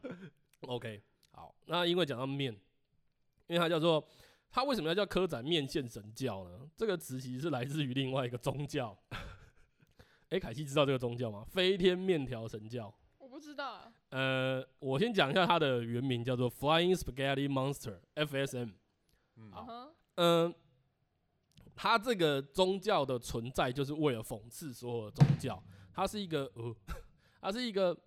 Speaker 2: OK，好，那因为讲到面，因为它叫做它为什么要叫科展面线神教呢？这个词其实是来自于另外一个宗教。哎、凯西知道这个宗教吗？飞天面条神教。
Speaker 4: 我不知道啊，
Speaker 2: 呃，我先讲一下它的原名叫做 Flying Spaghetti Monster（FSM）。
Speaker 3: 嗯
Speaker 4: 嗯哼，
Speaker 2: 嗯、它这个宗教的存在就是为了讽刺所有的宗教，它是一个呃， 它是一个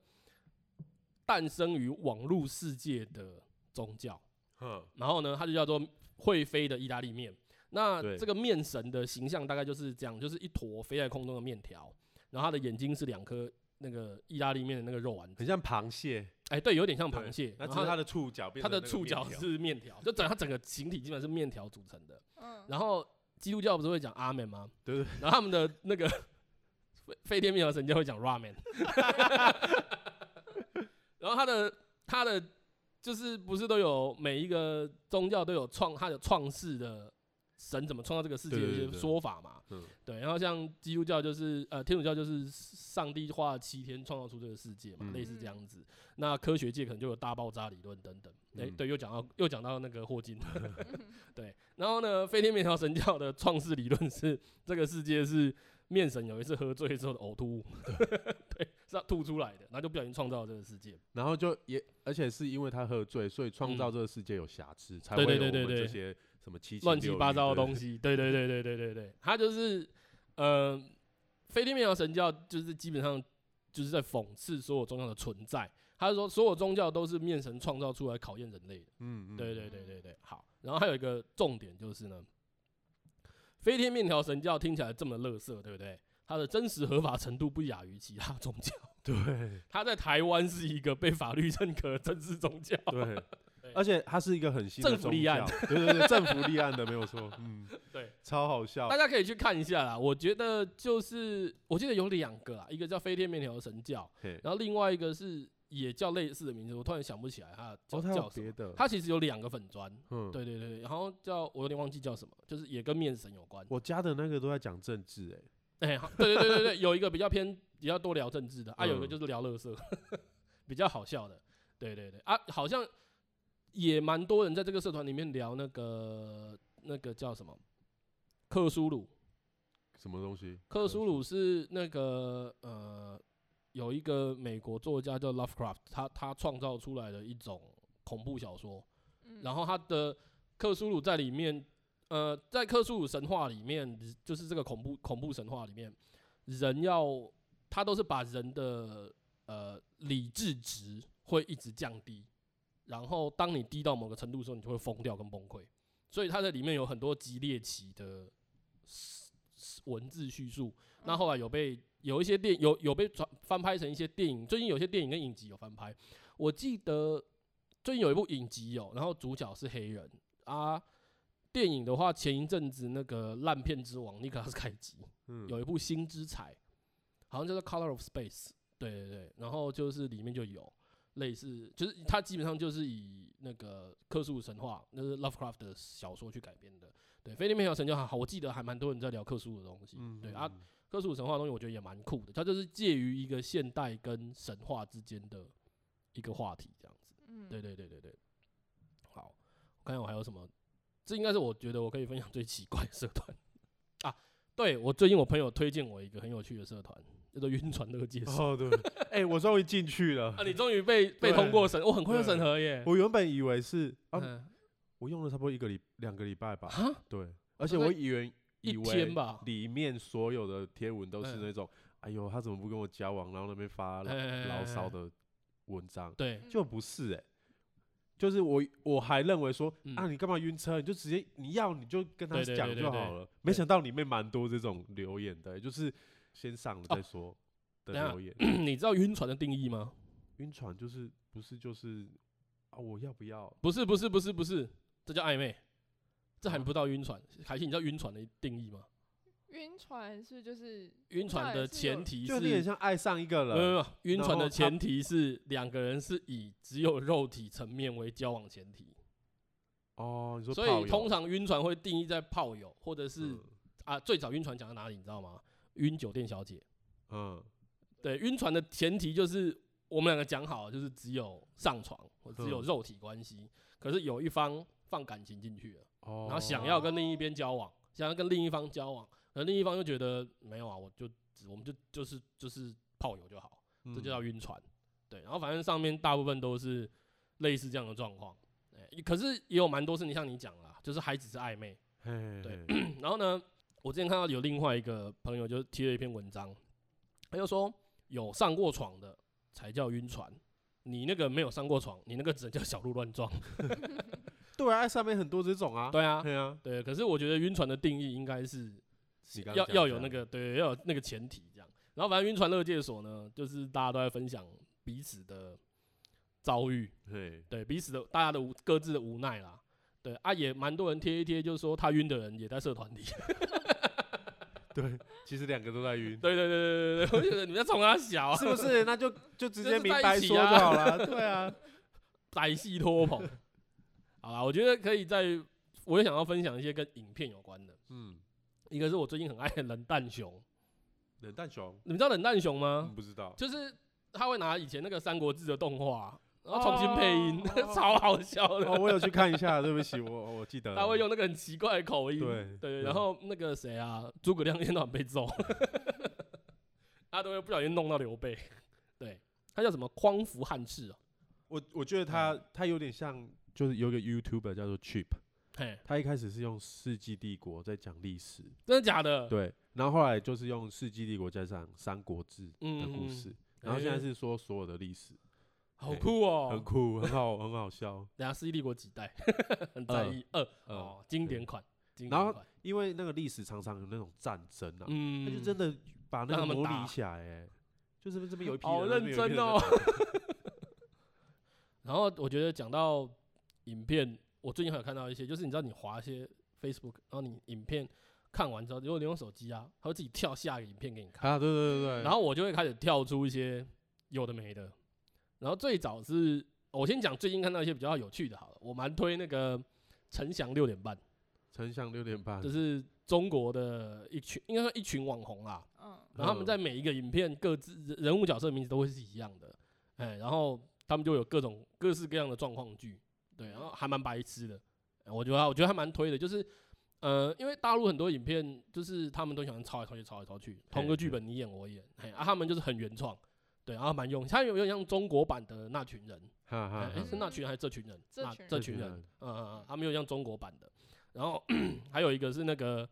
Speaker 2: 诞生于网络世界的宗教。
Speaker 5: 哼，
Speaker 2: 然后呢，它就叫做会飞的意大利面。那
Speaker 3: 对
Speaker 2: 这个面神的形象大概就是这样，就是一坨飞在空中的面条，然后它的眼睛是两颗那个意大利面的那个肉丸子，
Speaker 3: 很像螃蟹，
Speaker 2: 哎，对，有点像
Speaker 3: 对
Speaker 2: 螃蟹。
Speaker 3: 那
Speaker 2: 然
Speaker 3: 只
Speaker 2: 后
Speaker 3: 是它
Speaker 2: 它的
Speaker 3: 的触角变
Speaker 2: 它
Speaker 3: 成
Speaker 2: 的
Speaker 3: 那个
Speaker 2: 触角
Speaker 3: 面条
Speaker 2: 是面条，就整它整个形体基本上是面条组成的。
Speaker 4: 嗯，
Speaker 2: 然后基督教不是会讲阿门吗？
Speaker 3: 对对
Speaker 2: 然后他们的那个 飞飞天面条神教会讲 ramen，然后他的他的就是不是都有每一个宗教都有创他的创世的神怎么创造这个世界的
Speaker 3: 对对
Speaker 2: 一
Speaker 3: 对
Speaker 2: 些
Speaker 3: 对
Speaker 2: 说法嘛？
Speaker 3: 嗯
Speaker 2: 对，然后像基督教就是呃天主教就是上帝花了七天创造出这个世界嘛，
Speaker 3: 嗯
Speaker 2: 类似这样子。那科学界可能就有大爆炸理论等等。哎、
Speaker 3: 嗯
Speaker 2: 对，又讲到又讲到那个霍金，
Speaker 4: 嗯
Speaker 2: 对，然后呢，飞天面条神教的创世理论是这个世界是面神有一次喝醉之后的呕吐物， 对，是他吐出来的，然后就不小心创造了这个世界。
Speaker 3: 然后就也，而且是因为他喝醉，所以创
Speaker 2: 嗯
Speaker 3: 造这个世界有瑕疵，才
Speaker 2: 对
Speaker 3: 会
Speaker 2: 对
Speaker 3: 有
Speaker 2: 对
Speaker 3: 我
Speaker 2: 对
Speaker 3: 们
Speaker 2: 对
Speaker 3: 这些什么七情
Speaker 2: 乱七
Speaker 3: 六
Speaker 2: 八
Speaker 3: 欲
Speaker 2: 糟的
Speaker 3: 对
Speaker 2: 东西。对对对对对对对，他就是呃，菲律宾教神教就是基本上就是在讽刺所有宗教的存在。他是说所有宗教都是面神创造出来考验人类的。
Speaker 3: 嗯嗯，
Speaker 2: 对对对对对，好。然后还有一个重点就是呢，飞天面条神教听起来这么乐色，对不对？它的真实合法程度不亚于其他宗教。
Speaker 3: 对
Speaker 2: 它在台湾是一个被法律认可的正式宗教。
Speaker 3: 对
Speaker 2: 对，
Speaker 3: 而且它是一个很新的
Speaker 2: 政府立案
Speaker 3: 宗教，对对对，政府立案的没有错，嗯，
Speaker 2: 对，
Speaker 3: 超好笑
Speaker 2: 大，家可以去看一下啦。我觉得就是，我记得有两个啦，一个叫飞天面条神教，
Speaker 3: 嘿，
Speaker 2: 然后另外一个是也叫类似的名字，我突然想不起来它叫、
Speaker 3: 哦，他有
Speaker 2: 叫什
Speaker 3: 别
Speaker 2: 么。
Speaker 3: 的，
Speaker 2: 它其实有两个粉砖，
Speaker 3: 嗯，
Speaker 2: 对对对，然后叫我有点忘记叫什么，就是也跟面神有关。
Speaker 3: 我家的那个都在讲政治，哎，
Speaker 2: 哎、好对对对对 对，有一个比较偏比较多聊政治的，啊，有一个
Speaker 3: 嗯
Speaker 2: 就是聊乐色， 比较好笑的。对对对，啊，好像也蛮多人在这个社团里面聊那个那个叫什么克苏鲁，
Speaker 3: 什么东西？
Speaker 2: 克苏鲁是那个呃，有一个美国作家叫 Lovecraft，他他创造出来的一种恐怖小说，
Speaker 4: 嗯
Speaker 2: 然后他的克苏鲁在里面，呃，在克苏鲁神话里面，就是这个恐怖恐怖神话里面，人要他都是把人的呃理智值会一直降低，然后当你低到某个程度的时候，你就会疯掉跟崩溃，所以他在里面有很多激烈起的文字叙述，
Speaker 3: 嗯
Speaker 2: 那后来有被有一些电有有被转翻拍成一些电影，最近有些电影跟影集有翻拍。我记得最近有一部影集有，然后主角是黑人啊。电影的话，前一阵子那个烂片之王尼克拉斯凯奇
Speaker 3: 嗯，
Speaker 2: 有一部《新之彩》，好像叫做《Color of Space》，对对对，然后就是里面就有类似，就是它基本上就是以那个克苏鲁神话，那是 Lovecraft 的小说去改编的。对，菲利面小神就还好，我记得还蛮多人在聊克苏鲁的东西。
Speaker 3: 嗯，
Speaker 2: 对
Speaker 3: 嗯
Speaker 2: 啊，，科属神话的东西，我觉得也蛮酷的。它就是介于一个现代跟神话之间的一个话题，这样子。
Speaker 4: 嗯
Speaker 2: 对对对对对。好，我看看我还有什么？这应该是我觉得我可以分享最奇怪的社团啊。对我最近我朋友推荐我一个很有趣的社团，叫做晕船乐界社。
Speaker 3: 哦对， 哎，我终于进去了
Speaker 2: 啊，，你终于被被通过审，我很快就审核耶。
Speaker 3: 我原本以为是啊，
Speaker 2: 嗯
Speaker 3: 我用了差不多一个礼两个礼拜吧，
Speaker 2: 啊，
Speaker 3: 对，而且
Speaker 2: 大概
Speaker 3: 我以为
Speaker 2: 一
Speaker 3: 以为
Speaker 2: 天吧
Speaker 3: 里面所有的贴文都是
Speaker 2: 嗯
Speaker 3: 那种，哎呦，他怎么不跟我交往，然后那边发牢牢骚
Speaker 2: 哎，
Speaker 3: 的文章，
Speaker 2: 对，
Speaker 4: 嗯
Speaker 3: 就不是哎、就是我我还认为说
Speaker 2: 嗯
Speaker 3: 啊，你干嘛晕车？你就直接你要你就跟他
Speaker 2: 对对对
Speaker 3: 讲
Speaker 2: 对
Speaker 3: 就
Speaker 2: 对
Speaker 3: 好了。没想到里面蛮多这种留言的欸、就是先上了
Speaker 2: 哦
Speaker 3: 再说
Speaker 2: 等一
Speaker 3: 的
Speaker 2: 下
Speaker 3: 留言。
Speaker 2: 你知道晕船的定义吗？
Speaker 3: 晕船就是不是就是啊，我要不要？
Speaker 2: 不是不是不是不
Speaker 3: 嗯
Speaker 2: 是，这叫暧昧，这还不到晕船。凯西，你知道晕船的定义吗？
Speaker 4: 晕船是就是
Speaker 2: 晕船的前提
Speaker 3: 就你很
Speaker 2: 是，
Speaker 3: 像爱上一个
Speaker 2: 没有没有没
Speaker 3: 人，
Speaker 2: 有，晕
Speaker 3: 然
Speaker 2: 船
Speaker 3: 后
Speaker 2: 的
Speaker 3: 他
Speaker 2: 前提是两个人是以只有肉体层面为交往前提，
Speaker 3: 哦，你说
Speaker 2: 所
Speaker 3: 炮
Speaker 2: 以
Speaker 3: 友
Speaker 2: 通常晕船会定义在炮友或者是
Speaker 3: 嗯
Speaker 2: 啊，最早晕船讲到哪里，你知道吗？晕酒店小姐。
Speaker 3: 嗯
Speaker 2: 对，晕船的前提就是我们两个讲好，就是只有上床，或只有
Speaker 3: 嗯
Speaker 2: 肉体关系。可是有一方放感情进去了，
Speaker 3: 哦，
Speaker 2: 然后想要跟另一边交往，想要跟另一方交往，而另一方又觉得没有啊，我就只我们就就是就是炮友就好，这就
Speaker 3: 嗯
Speaker 2: 叫晕船。对，然后反正上面大部分都是类似这样的状况。哎、可是也有蛮多是你像你讲啦，就是还只是暧昧，
Speaker 3: 嘿
Speaker 2: 对
Speaker 3: 对
Speaker 2: 然后呢，我之前看到有另外一个朋友就贴了一篇文章，他就说有上过床的才叫晕船，你那个没有上过床，你那个只能叫小鹿乱撞。
Speaker 3: 对啊，上面很多这种啊，
Speaker 2: 对啊，
Speaker 3: 对啊，
Speaker 2: 对。可是我觉得晕船的定义应该是
Speaker 3: 你刚
Speaker 2: 要
Speaker 3: 刚
Speaker 2: 要有
Speaker 3: 讲的这
Speaker 2: 那
Speaker 3: 样
Speaker 2: 个对，要有那个前提这样。然后反正晕船乐界所呢，就是大家都在分享彼此的遭遇，
Speaker 3: 嘿，
Speaker 2: 对彼此的大家的无各自的无奈啦。对啊，也蛮多人贴一贴，就是说他晕的人也在社团里。
Speaker 3: 对，其实两个都在晕，
Speaker 2: 对对对对对对，我觉得你们在冲他小、啊，
Speaker 3: 是不是？那就就直
Speaker 2: 就
Speaker 3: 接
Speaker 2: 是
Speaker 3: 明
Speaker 2: 在一
Speaker 3: 白
Speaker 2: 起
Speaker 3: 说就
Speaker 2: 啊
Speaker 3: 好了，对啊，
Speaker 2: 歹戏拖棚。好啦，我觉得可以在，我也想要分享一些跟影片有关的。
Speaker 3: 嗯，
Speaker 2: 一个是我最近很爱的冷淡熊，
Speaker 3: 冷淡熊，
Speaker 2: 你们知道冷淡熊
Speaker 3: 嗯
Speaker 2: 吗？
Speaker 3: 不知道，
Speaker 2: 就是他会拿以前那个《三国志》的动画，然后重新配音，
Speaker 3: 哦
Speaker 2: 超好笑的。
Speaker 3: 哦，我有去看一下，对 不起，我我记得，
Speaker 2: 他会用那个很奇怪的口音，
Speaker 3: 对
Speaker 2: 对，
Speaker 3: 嗯
Speaker 2: 然后那个谁啊，诸葛亮一天到晚被揍， 他都会不小心弄到刘备。对，他叫什么？匡扶汉室哦。
Speaker 3: 我我觉得他他有点像，就是有一个 YouTuber 叫做 Chip，
Speaker 2: 嘿，
Speaker 3: 他一开始是用《世纪帝国》在讲历史，
Speaker 2: 真的假的？
Speaker 3: 对，然后后来就是用《世纪帝国》加上《三国志》的
Speaker 2: 嗯，
Speaker 3: 故
Speaker 2: 嗯，
Speaker 3: 事，
Speaker 2: 嗯
Speaker 3: 然后现在
Speaker 2: 哎
Speaker 3: 是说所有的历史，
Speaker 2: 好酷哦，
Speaker 3: 很酷，很好，很好笑。
Speaker 2: 等下《世纪帝国》几代， 很在意二
Speaker 3: 呃
Speaker 2: 哦，经典款，经
Speaker 3: 然
Speaker 2: 典
Speaker 3: 后
Speaker 2: 款，
Speaker 3: 因为那个历史常常有那种战争啊，
Speaker 2: 嗯
Speaker 3: 他就真
Speaker 2: 的
Speaker 3: 的把那
Speaker 2: 让他
Speaker 3: 个
Speaker 2: 们
Speaker 3: 模
Speaker 2: 打
Speaker 3: 拟起来、欸，就是这边有一批人，
Speaker 2: 好
Speaker 3: 啊那边有一
Speaker 2: 认
Speaker 3: 批
Speaker 2: 真
Speaker 3: 人
Speaker 2: 哦
Speaker 3: 在。
Speaker 2: 然后我觉得讲到影片，我最近还有看到一些，就是你知道你滑一些 Facebook，然后你影片看完之后，如果你用手机啊，它会自己跳下一个影片给你看，
Speaker 3: 打。啊， 对对对对，
Speaker 2: 然后我就会开始跳出一些有的没的。然后最早是我先讲最近看到一些比较有趣的，好了，我蛮推那个陈翔六点半，
Speaker 3: 丞相六点半，
Speaker 2: 就是中国的一群，应该说一群网红啊啦。
Speaker 4: 嗯
Speaker 2: 然后他们在每一个影片各自人人物角色的名字都会是一样的，哎，然后他们就有各种各式各样的状况剧，对，然后还蛮白痴的，哎我觉得我觉得还蛮推的，就是呃，因为大陆很多影片就是他们都喜欢抄来抄去，抄来抄去，同个剧本你演我演，哎，啊，他们就是很原创，对，然后蛮用，他有点像中国版的那群人，
Speaker 3: 哈哈
Speaker 2: 哎，
Speaker 3: 哈
Speaker 2: 哎是那群人还是这群人？
Speaker 4: 这
Speaker 2: 那
Speaker 4: 群人
Speaker 2: 这群人，嗯嗯，嗯他们有像中国版的，然后 还有一个是那个，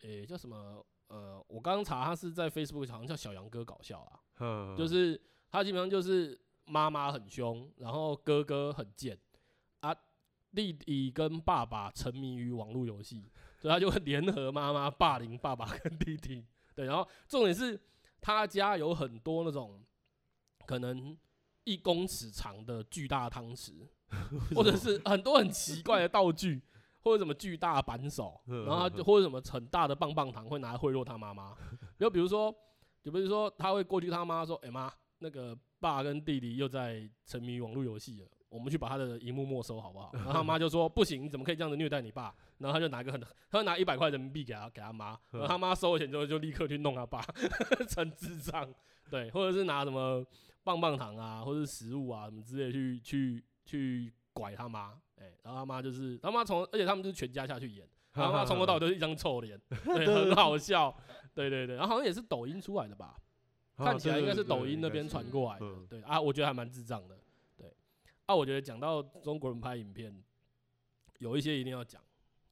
Speaker 2: 诶、叫什么？呃，我刚刚查，他是在 Facebook 好像叫小杨哥搞笑啊，
Speaker 3: 哈
Speaker 2: 就是他基本上就是妈妈很凶，然后哥哥很贱啊，弟弟跟爸爸沉迷于网络游戏，所以他就会联合妈妈霸凌爸爸跟弟弟。对，然后重点是他家有很多那种可能一公尺长的巨大汤匙，或者是很多很奇怪的道具，或者什么巨大的扳手，
Speaker 3: 嗯
Speaker 2: 然后他就或者什么很大的棒棒糖会拿来贿赂他妈妈。就比如说，就比如说他会过去他妈说：“哎、妈，那个爸跟弟弟又在沉迷于网络游戏了。”我们去把他的荧幕没收好不好？然后他妈就说：“不 行，你怎么可以这样子虐待你爸？”然后他就拿一个很，他就拿一百块人民币给他给他妈，然后他妈收了钱之后就立刻去弄他爸， 成智障。对，或者是拿什么棒棒糖啊，或者是食物啊什么之类的去去去拐他妈，哎、然后他妈就是他妈从，而且他们就是全家下去演，然后他妈从头到尾都是一张臭脸， 对，很好笑，对对对，然后好像也是抖音出来的吧，
Speaker 3: 哦
Speaker 2: 看起来应该是抖音那边传过来的
Speaker 3: 嗯。
Speaker 2: 对啊，我觉得还蛮智障的。对啊，我觉得讲到中国人拍影片，有一些一定要讲，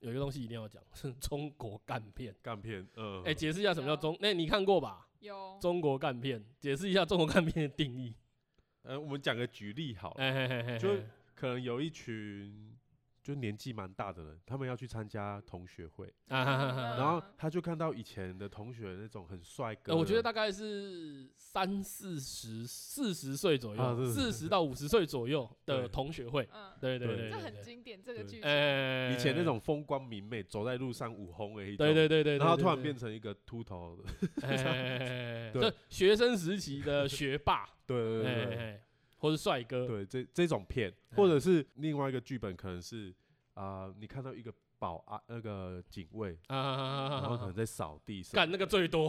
Speaker 2: 有一个东西一定要讲是中国干片。
Speaker 3: 干片，嗯，
Speaker 2: 哎，解释一下什么叫中？那你看过吧？
Speaker 4: 有
Speaker 2: 中国干片，解释一下中国干片的定义。哎
Speaker 3: 呃，我们讲个举例好了，
Speaker 2: 哎嘿嘿嘿嘿，
Speaker 3: 就可能有一群就年纪蛮大的人，他们要去参加同学会，
Speaker 2: 啊哈哈哈
Speaker 4: 嗯
Speaker 3: 然后他就看到以前的同学那种很帅哥
Speaker 2: 呃，
Speaker 3: 的，
Speaker 2: 我觉得大概是三四十、四十岁左
Speaker 3: 啊
Speaker 2: 右，
Speaker 3: 对
Speaker 2: 四十到五十岁左右的
Speaker 3: 对
Speaker 2: 同学会，
Speaker 4: 嗯，
Speaker 2: 对对
Speaker 3: 对
Speaker 2: 对，
Speaker 4: 这
Speaker 2: 对
Speaker 4: 很，
Speaker 2: 对
Speaker 4: 经典这个
Speaker 3: 对
Speaker 4: 剧情，
Speaker 2: 呃，
Speaker 3: 以前那，种风光明媚，走在路上舞红的一种，
Speaker 2: 对对对对，
Speaker 3: 然后
Speaker 2: 对
Speaker 3: 突然，变
Speaker 2: 对
Speaker 3: 成一个秃头的，
Speaker 2: 哎哎哎哎哎
Speaker 3: 对
Speaker 2: 这学生时期的学霸，
Speaker 3: 对对
Speaker 2: 哎
Speaker 3: 对
Speaker 2: 哎，
Speaker 3: 对
Speaker 2: 哎或是帅哥，
Speaker 3: 对这这种片，或者是另外一个剧本，可能是啊、呃你看到一个保安那个警卫，
Speaker 2: 啊啊啊啊
Speaker 3: 然
Speaker 2: 啊
Speaker 3: 后
Speaker 2: 啊
Speaker 3: 可
Speaker 2: 啊
Speaker 3: 能，在扫地什么
Speaker 2: 干那个最多，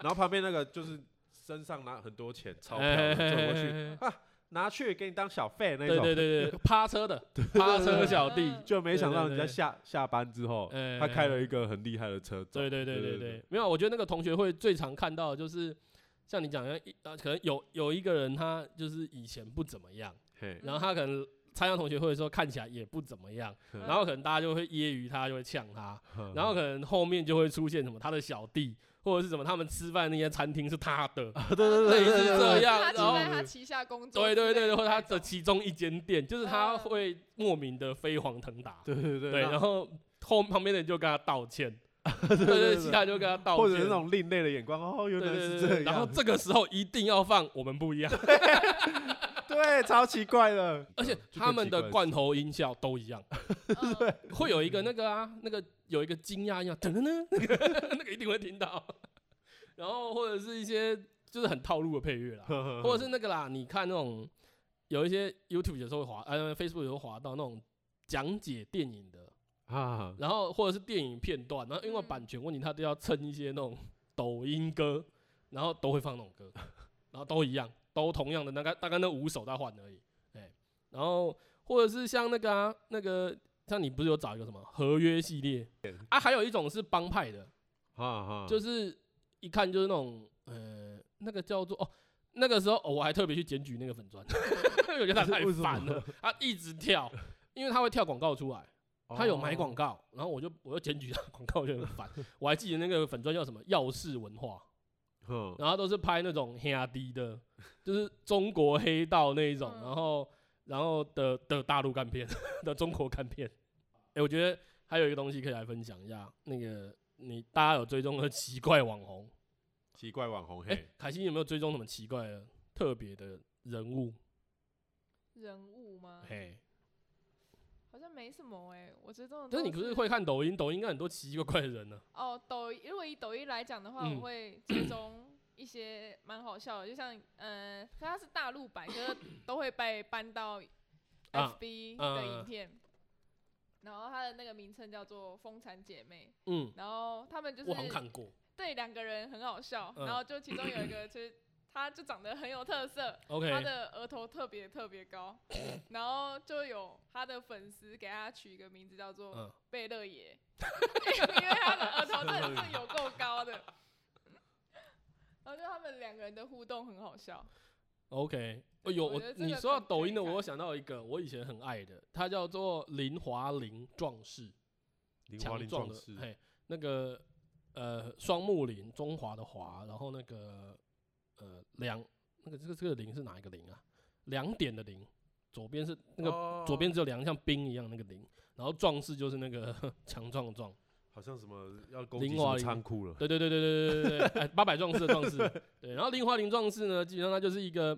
Speaker 3: 然后旁边那个就是身上拿很多钱钞票
Speaker 2: 哎
Speaker 3: 的
Speaker 2: 哎哎
Speaker 3: 走过
Speaker 2: 哎
Speaker 3: 去，
Speaker 2: 哎哎
Speaker 3: 拿去给你当小费那
Speaker 2: 对
Speaker 3: 种。
Speaker 2: 对对对，趴车的趴车小弟，
Speaker 4: 嗯
Speaker 3: 就没想到人
Speaker 2: 对
Speaker 3: 家
Speaker 2: 对对
Speaker 3: 下下班之后，
Speaker 2: 哎
Speaker 3: 他开了一个很厉害的车走。
Speaker 2: 对对对对
Speaker 3: 对
Speaker 2: 对
Speaker 3: 对，
Speaker 2: 没有，我觉得那个同学会最常看到的就是，像你讲的，一啊，可能有有一个人他就是以前不怎么样，
Speaker 3: 嘿，
Speaker 2: 然后他可能参加同学会的时候看起来也不怎么样，
Speaker 3: 嗯
Speaker 2: 然后可能大家就会揶揄他，就会呛他，然后
Speaker 3: 呵
Speaker 2: 可能后面就会出现什么他的小弟或者是什么他们吃饭那些餐厅是他的，
Speaker 3: 呵对对对
Speaker 2: 类
Speaker 3: 对
Speaker 2: 似
Speaker 3: 对
Speaker 2: 这
Speaker 3: 对，
Speaker 2: 样，
Speaker 4: 他
Speaker 2: 然
Speaker 4: 期
Speaker 2: 后
Speaker 4: 待他旗下工作
Speaker 2: 对
Speaker 4: 之类的那
Speaker 2: 对对，
Speaker 4: 种，
Speaker 2: 或者他的其中一间店，就是他
Speaker 4: 嗯
Speaker 2: 会莫名的飞黄腾达，
Speaker 3: 对对对
Speaker 2: 对，然
Speaker 3: 后
Speaker 2: 后后旁边的人就跟他道 歉，对对，
Speaker 3: 对
Speaker 2: 其他人就跟他道歉，
Speaker 3: 或者那种另类的眼光，哦，原
Speaker 2: 对
Speaker 3: 来
Speaker 2: 对对
Speaker 3: 是这
Speaker 2: 对，然后
Speaker 3: 样，
Speaker 2: 这个时候一定要放我们不 一样，
Speaker 3: 对，超奇怪的。嗯
Speaker 2: 而且
Speaker 3: 就更
Speaker 2: 他们
Speaker 3: 奇怪
Speaker 2: 的罐头音效都一样，
Speaker 4: 嗯
Speaker 2: 会有一个那个啊，
Speaker 3: 嗯
Speaker 2: 那个有一个惊讶音啊，等等呢，那个那个一定会听到，然后或者是一些就是很套路的配乐啦，
Speaker 3: 呵呵呵
Speaker 2: 或者是那个啦，你看那种有一些 YouTube 有时候会滑，呃，Facebook 有时候滑到那种讲解电影的，
Speaker 3: 啊，
Speaker 2: 然后或者是电影片段，然后因为
Speaker 4: 嗯
Speaker 2: 版权问题，他都要蹭一些那种抖音歌，然后都会放那种歌，然后都一样，都同样的大概大概那五首在换而已，哎，然后或者是像那个啊那个，像你不是有找一个什么合约系列啊，还有一种是帮派的，
Speaker 3: 哈哈，
Speaker 2: 就是是一看就是那种呃那个叫做哦。那个时候、哦我还特别去检举那个粉砖， 因为我觉得他太
Speaker 3: 为什么
Speaker 2: 烦了，他一直跳，因为他会跳广告出来，
Speaker 3: 哦
Speaker 2: 他有买广告，然后我就我就检举他广告，我就很 烦。我还记得那个粉砖叫什么“耀世文化
Speaker 3: 告”，，
Speaker 2: 然后都是拍那种黑阿迪的，就是中国黑道那一种，
Speaker 4: 嗯
Speaker 2: 然后然后的的大陆干片 的中国干片。哎、我觉得还有一个东西可以来分享一下，那个你大家有追踪的奇怪网红？
Speaker 3: 奇怪网红
Speaker 2: 哎、
Speaker 3: 嘿，
Speaker 2: 凯西你有没有追踪什么奇怪的、特别的人物？
Speaker 4: 人物吗？
Speaker 2: 嘿，
Speaker 4: 好像没什么哎，我觉得这种
Speaker 2: 就是
Speaker 4: 都
Speaker 2: 你不是会看抖音？抖音应该很多奇奇怪怪的人呢、
Speaker 4: 哦，抖音如果以抖音来讲的话，
Speaker 2: 嗯
Speaker 4: 我会追踪一些蛮好笑的，就像呃，可它是大陆版，可是都会被搬到
Speaker 2: 啊
Speaker 4: FB
Speaker 2: 嗯
Speaker 4: 的
Speaker 2: 嗯嗯
Speaker 4: 影片。然后它的那个名称叫做《风产姐妹
Speaker 2: 嗯》，，
Speaker 4: 然后他们就是
Speaker 2: 我好像看过。
Speaker 4: 对两个人很好笑，
Speaker 2: 嗯
Speaker 4: 然后就其中有一个就是他就长得很有特色，
Speaker 2: OK，
Speaker 4: 他的额头特别特 别高，然后就有他的粉丝给他取一个名字叫做
Speaker 2: 嗯
Speaker 4: 贝勒爷， 因为他的额头真的是有够高的。 然后就他们两个人的互动很好笑，
Speaker 2: OK，哦
Speaker 4: 对
Speaker 2: 有
Speaker 4: 我
Speaker 2: 我
Speaker 4: 觉得这
Speaker 2: 你
Speaker 4: 个
Speaker 2: 说到
Speaker 4: 可以
Speaker 2: 抖
Speaker 4: 可
Speaker 2: 音
Speaker 4: 以
Speaker 2: 的，我有
Speaker 4: 看
Speaker 2: 想到一个我以前很爱的，它叫做林华林壮士，
Speaker 3: 林华
Speaker 2: 强
Speaker 3: 林
Speaker 2: 壮
Speaker 3: 壮
Speaker 2: 的
Speaker 3: 士，，
Speaker 2: 嘿，那个呃双木林，中华的华，然后那个呃两那个这个这个林是哪一个林啊？两点的林，左边是那个
Speaker 3: 个
Speaker 2: 左边只有两个像兵一样那个林，然后壮士就是那个 强壮的壮，
Speaker 3: 好像什么要攻
Speaker 2: 林
Speaker 3: 击什
Speaker 2: 华
Speaker 3: 么
Speaker 2: 林
Speaker 3: 仓库了，
Speaker 2: 对对对对对对对对对，哎，八百壮士的壮士，对，然后林华林壮士呢，基本上她就是一个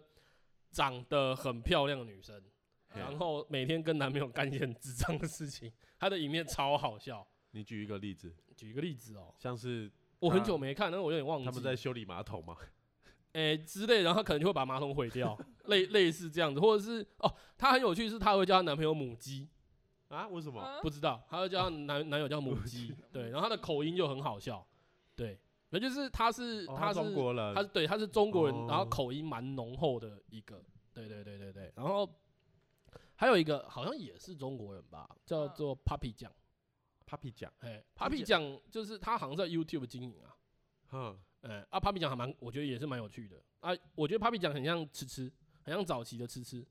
Speaker 2: 长得很漂亮的女生。
Speaker 3: 嘿
Speaker 2: 然后每天跟男朋友干一些很智障的事情，他的影片超好笑。
Speaker 3: 你举一个例子，
Speaker 2: 举一个例子哦，
Speaker 3: 像是
Speaker 2: 我很
Speaker 3: 他
Speaker 2: 久没看，但是我有点忘记。
Speaker 3: 他们在修理马桶嘛，
Speaker 2: 诶、之类，然后他可能就会把马桶毁掉，类类似这样子，或者是哦，她很有趣，是她会叫她男朋友母鸡，
Speaker 3: 啊，为什么？
Speaker 4: 嗯
Speaker 2: 不知道，她会叫
Speaker 3: 哦
Speaker 2: 她男男友 叫母鸡，对，然后她的口音就很好笑，对，那就是她是
Speaker 3: 哦
Speaker 2: 她是
Speaker 3: 中国人
Speaker 2: 他，是对，他是中国人，然后
Speaker 3: 哦
Speaker 2: 口音蛮浓厚的一个，对对对对对。然后还有一个好像也是中国人吧，叫
Speaker 4: 嗯
Speaker 2: 做 Papi 酱，
Speaker 3: Papi 酱，
Speaker 2: 哎
Speaker 3: 听
Speaker 2: ，Papi
Speaker 3: 起
Speaker 2: 酱就是他好像在 YouTube 经营啊，
Speaker 3: 哼，
Speaker 2: 哎，啊，Papi 酱还蛮，我觉得也是蛮有趣的啊，我觉得 Papi 酱很像吃吃，很像早期的吃吃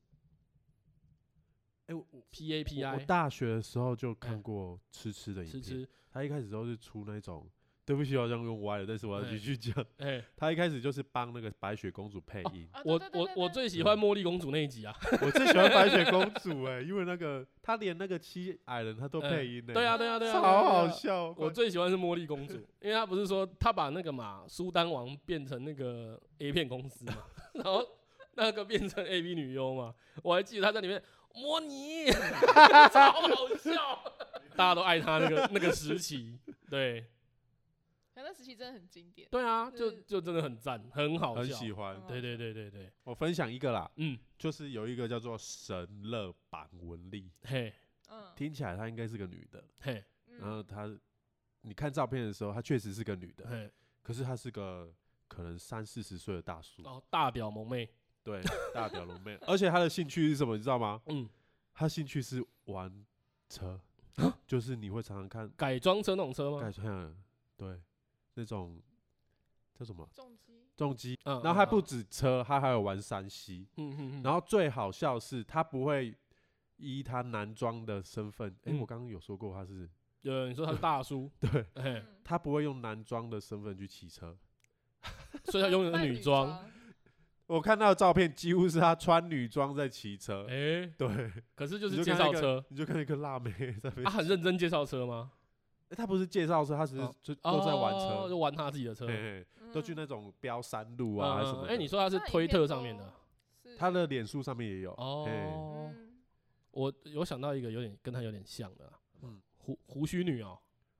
Speaker 3: 哎，我我
Speaker 2: P A P
Speaker 3: 我
Speaker 2: I
Speaker 3: 大学的时候就
Speaker 2: 哎
Speaker 3: 看过吃吃的影
Speaker 2: 吃
Speaker 3: 片，
Speaker 2: 吃，
Speaker 3: 他一开始都是出那种对不起，好像用歪了，但是我要继续讲。
Speaker 2: 哎，
Speaker 3: 他一开始就是帮那个白雪公主
Speaker 2: 哦
Speaker 3: 配音，
Speaker 4: 啊对
Speaker 2: 我
Speaker 4: 对对
Speaker 2: 我
Speaker 4: 对
Speaker 2: 我
Speaker 4: 对
Speaker 2: 最喜欢茉莉公主那一集啊，
Speaker 3: 我最喜欢白雪公主哎、因为那个她连那个七矮人她都
Speaker 2: 嗯
Speaker 3: 配音呢、
Speaker 2: 对啊对啊对啊，
Speaker 3: 超
Speaker 2: 对啊对啊
Speaker 3: 好笑。哦
Speaker 2: 我最喜欢是茉莉公主，因为她不是说她把那个嘛苏丹王变成那个 A 片公司嘛， 然后那个变成 A V 女优嘛，我还记得她在里面模拟， 超好笑， 大家都爱她那个那个时期，对
Speaker 4: 可那时期真的很经典。
Speaker 2: 对啊，就是就真的很赞，很好
Speaker 3: 很
Speaker 2: 笑，
Speaker 3: 喜欢。
Speaker 2: 对对对对对，
Speaker 3: 我分享一个啦，
Speaker 2: 嗯
Speaker 3: 就是有一个叫做神乐版文丽，
Speaker 2: 嘿
Speaker 4: 嗯
Speaker 3: 听起来她应该是个女的，
Speaker 2: 嘿
Speaker 3: 然
Speaker 2: 呃
Speaker 3: 后她，你看照片的时候，她确实是个女的，
Speaker 2: 嘿，
Speaker 3: 可是她是个可能三四十岁的大叔，
Speaker 2: 哦大屌萌妹，
Speaker 3: 对，大屌龙妹。而且她的兴趣是什么，你知道吗？
Speaker 2: 嗯
Speaker 3: 她兴趣是玩车，
Speaker 2: 啊
Speaker 3: 就是你会常常看
Speaker 2: 改装车那种车
Speaker 3: 盖
Speaker 2: 吗？
Speaker 3: 像对那种叫什么
Speaker 4: 重击
Speaker 3: 重机，
Speaker 2: 嗯，
Speaker 3: 然后还
Speaker 2: 嗯
Speaker 3: 不，止车，她还有玩山西。
Speaker 2: 嗯嗯嗯，
Speaker 3: 然后最好笑是，她不会依她男装的身份，诶，
Speaker 2: 嗯
Speaker 3: 我刚刚有说过她是
Speaker 2: 有你说他是大叔，
Speaker 3: 对，
Speaker 2: 嘿，
Speaker 4: 嗯
Speaker 3: 她不会用男装的身份去骑车。
Speaker 2: 所以他永远
Speaker 4: 扮
Speaker 2: 是女装，，
Speaker 3: 我看到的照片几乎是她穿女装在骑车，
Speaker 2: 哎。
Speaker 3: 对，
Speaker 2: 可是就
Speaker 3: 你
Speaker 2: 是介
Speaker 3: 看到
Speaker 2: 绍
Speaker 3: 一个
Speaker 2: 车，，
Speaker 3: 你就看到一个辣妹在那边
Speaker 2: 他、很认真介绍车吗？
Speaker 3: 诶她不是介绍车，她只是
Speaker 2: 哦
Speaker 3: 就都在玩
Speaker 2: 哦
Speaker 3: 车，
Speaker 2: 就玩他自己的车。嗯
Speaker 3: 嘿嘿都去
Speaker 4: 嗯
Speaker 3: 那种飙山路啊还是什
Speaker 2: 嗯
Speaker 3: 么
Speaker 2: 哎、
Speaker 3: 的。
Speaker 2: 你说他是
Speaker 4: 那影
Speaker 2: 推
Speaker 4: 片
Speaker 2: 特上面的
Speaker 4: 都
Speaker 2: 啊？
Speaker 4: 是
Speaker 3: 她的脸书上面也有，嘿
Speaker 2: 哦，
Speaker 4: 嗯
Speaker 2: 我有想到一个有点跟他有点像的啊，
Speaker 3: 嗯
Speaker 2: 胡胡须女哦，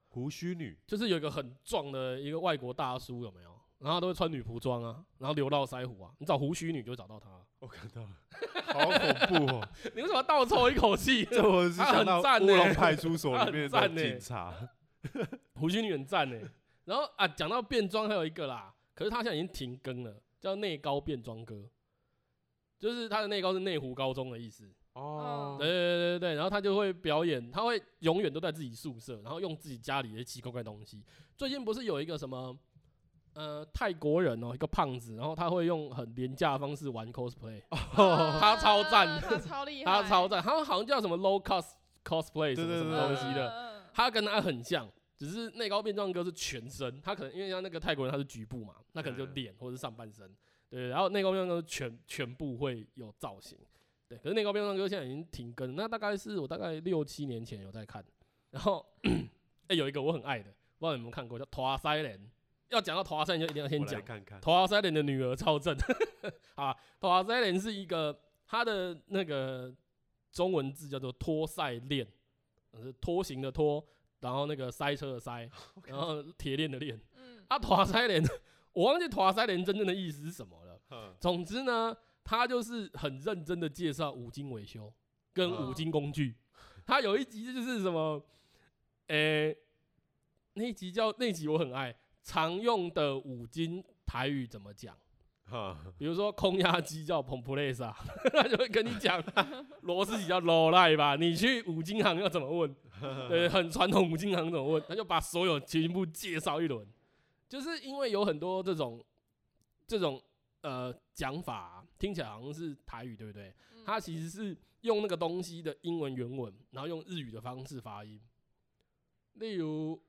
Speaker 3: 胡须女，
Speaker 2: 就是有一个很壮的一个外国大叔，有没有？然后他都会穿女仆装啊，然后留到腮胡啊，你找胡须女就会找到他。啊
Speaker 3: 我看到了，好恐怖哦！
Speaker 2: 你为什么要倒抽一口气？
Speaker 3: 这我是
Speaker 2: 她
Speaker 3: 想
Speaker 2: 很
Speaker 3: 到
Speaker 2: 赞
Speaker 3: 乌
Speaker 2: 呢
Speaker 3: 龙派出所
Speaker 2: 她
Speaker 3: 里
Speaker 2: 很
Speaker 3: 面的
Speaker 2: 赞呢
Speaker 3: 警察。
Speaker 2: 胡须女很赞呢。 然后啊，讲到变装还有一个啦，可是他现在已经停更了，叫内高变装哥，就是他的内高是内湖高中的意思。
Speaker 3: 哦
Speaker 2: 对对对对对，然后他就会表演，他会永远都在自己宿舍，然后用自己家里的奇奇怪怪东西。最近不是有一个什么呃泰国人哦，一个胖子，然后他会用很廉价的方式玩 cosplay，、他
Speaker 3: 哦
Speaker 2: 超 赞
Speaker 4: 啊他超厉害，嗯
Speaker 2: 他超赞，他好像叫什么 low cost cosplay 什么什
Speaker 3: 对对
Speaker 2: 么
Speaker 3: 对
Speaker 2: 东
Speaker 3: 对
Speaker 2: 西的，
Speaker 4: 的，
Speaker 2: 他跟他很像。只是内高变装哥是全身，他可能因为像那个泰国人他是局部嘛，那可能就
Speaker 3: 嗯
Speaker 2: 脸或者是上半身，对。然后内高变装哥全全部会有造型，对。可是内高变装哥现在已经停更，那大概是我大概六七年前有在看。然后， 哎、有一个我很爱的，不知道你们有没有看过，叫《华塞人》。要讲到《华塞人》，就一定要
Speaker 3: 我
Speaker 2: 先
Speaker 3: 来
Speaker 2: 讲
Speaker 3: 看看。
Speaker 2: 头华塞莲的女儿超正 啊！头华塞莲是一个，她的那个中文字叫做拖塞链，呃是拖行的拖，然后那个塞车的塞，然后铁链的链。
Speaker 4: 嗯，
Speaker 2: 啊，头华塞莲，我忘记头华塞莲真正的意思是什么了。
Speaker 3: 嗯
Speaker 2: 总之呢，他就是很认真的介绍五金维修跟
Speaker 3: 嗯
Speaker 2: 五金工具。他有一集就是什么，诶、那一集叫那一集我很爱，常用的五金台语怎么讲？
Speaker 3: 哈
Speaker 2: 比如说空压机叫 p o m p l e s a 他就会跟你讲螺丝起叫 low line 吧，你去五金行要怎么问？对，很传统五金行怎么问？他就把所有全部介绍一轮，就是因为有很多这种这种呃讲法啊、听起来好像是台语，对不对？
Speaker 4: 嗯
Speaker 2: 它其实是用那个东西的英文原文，然后用日语的方式发音。例如，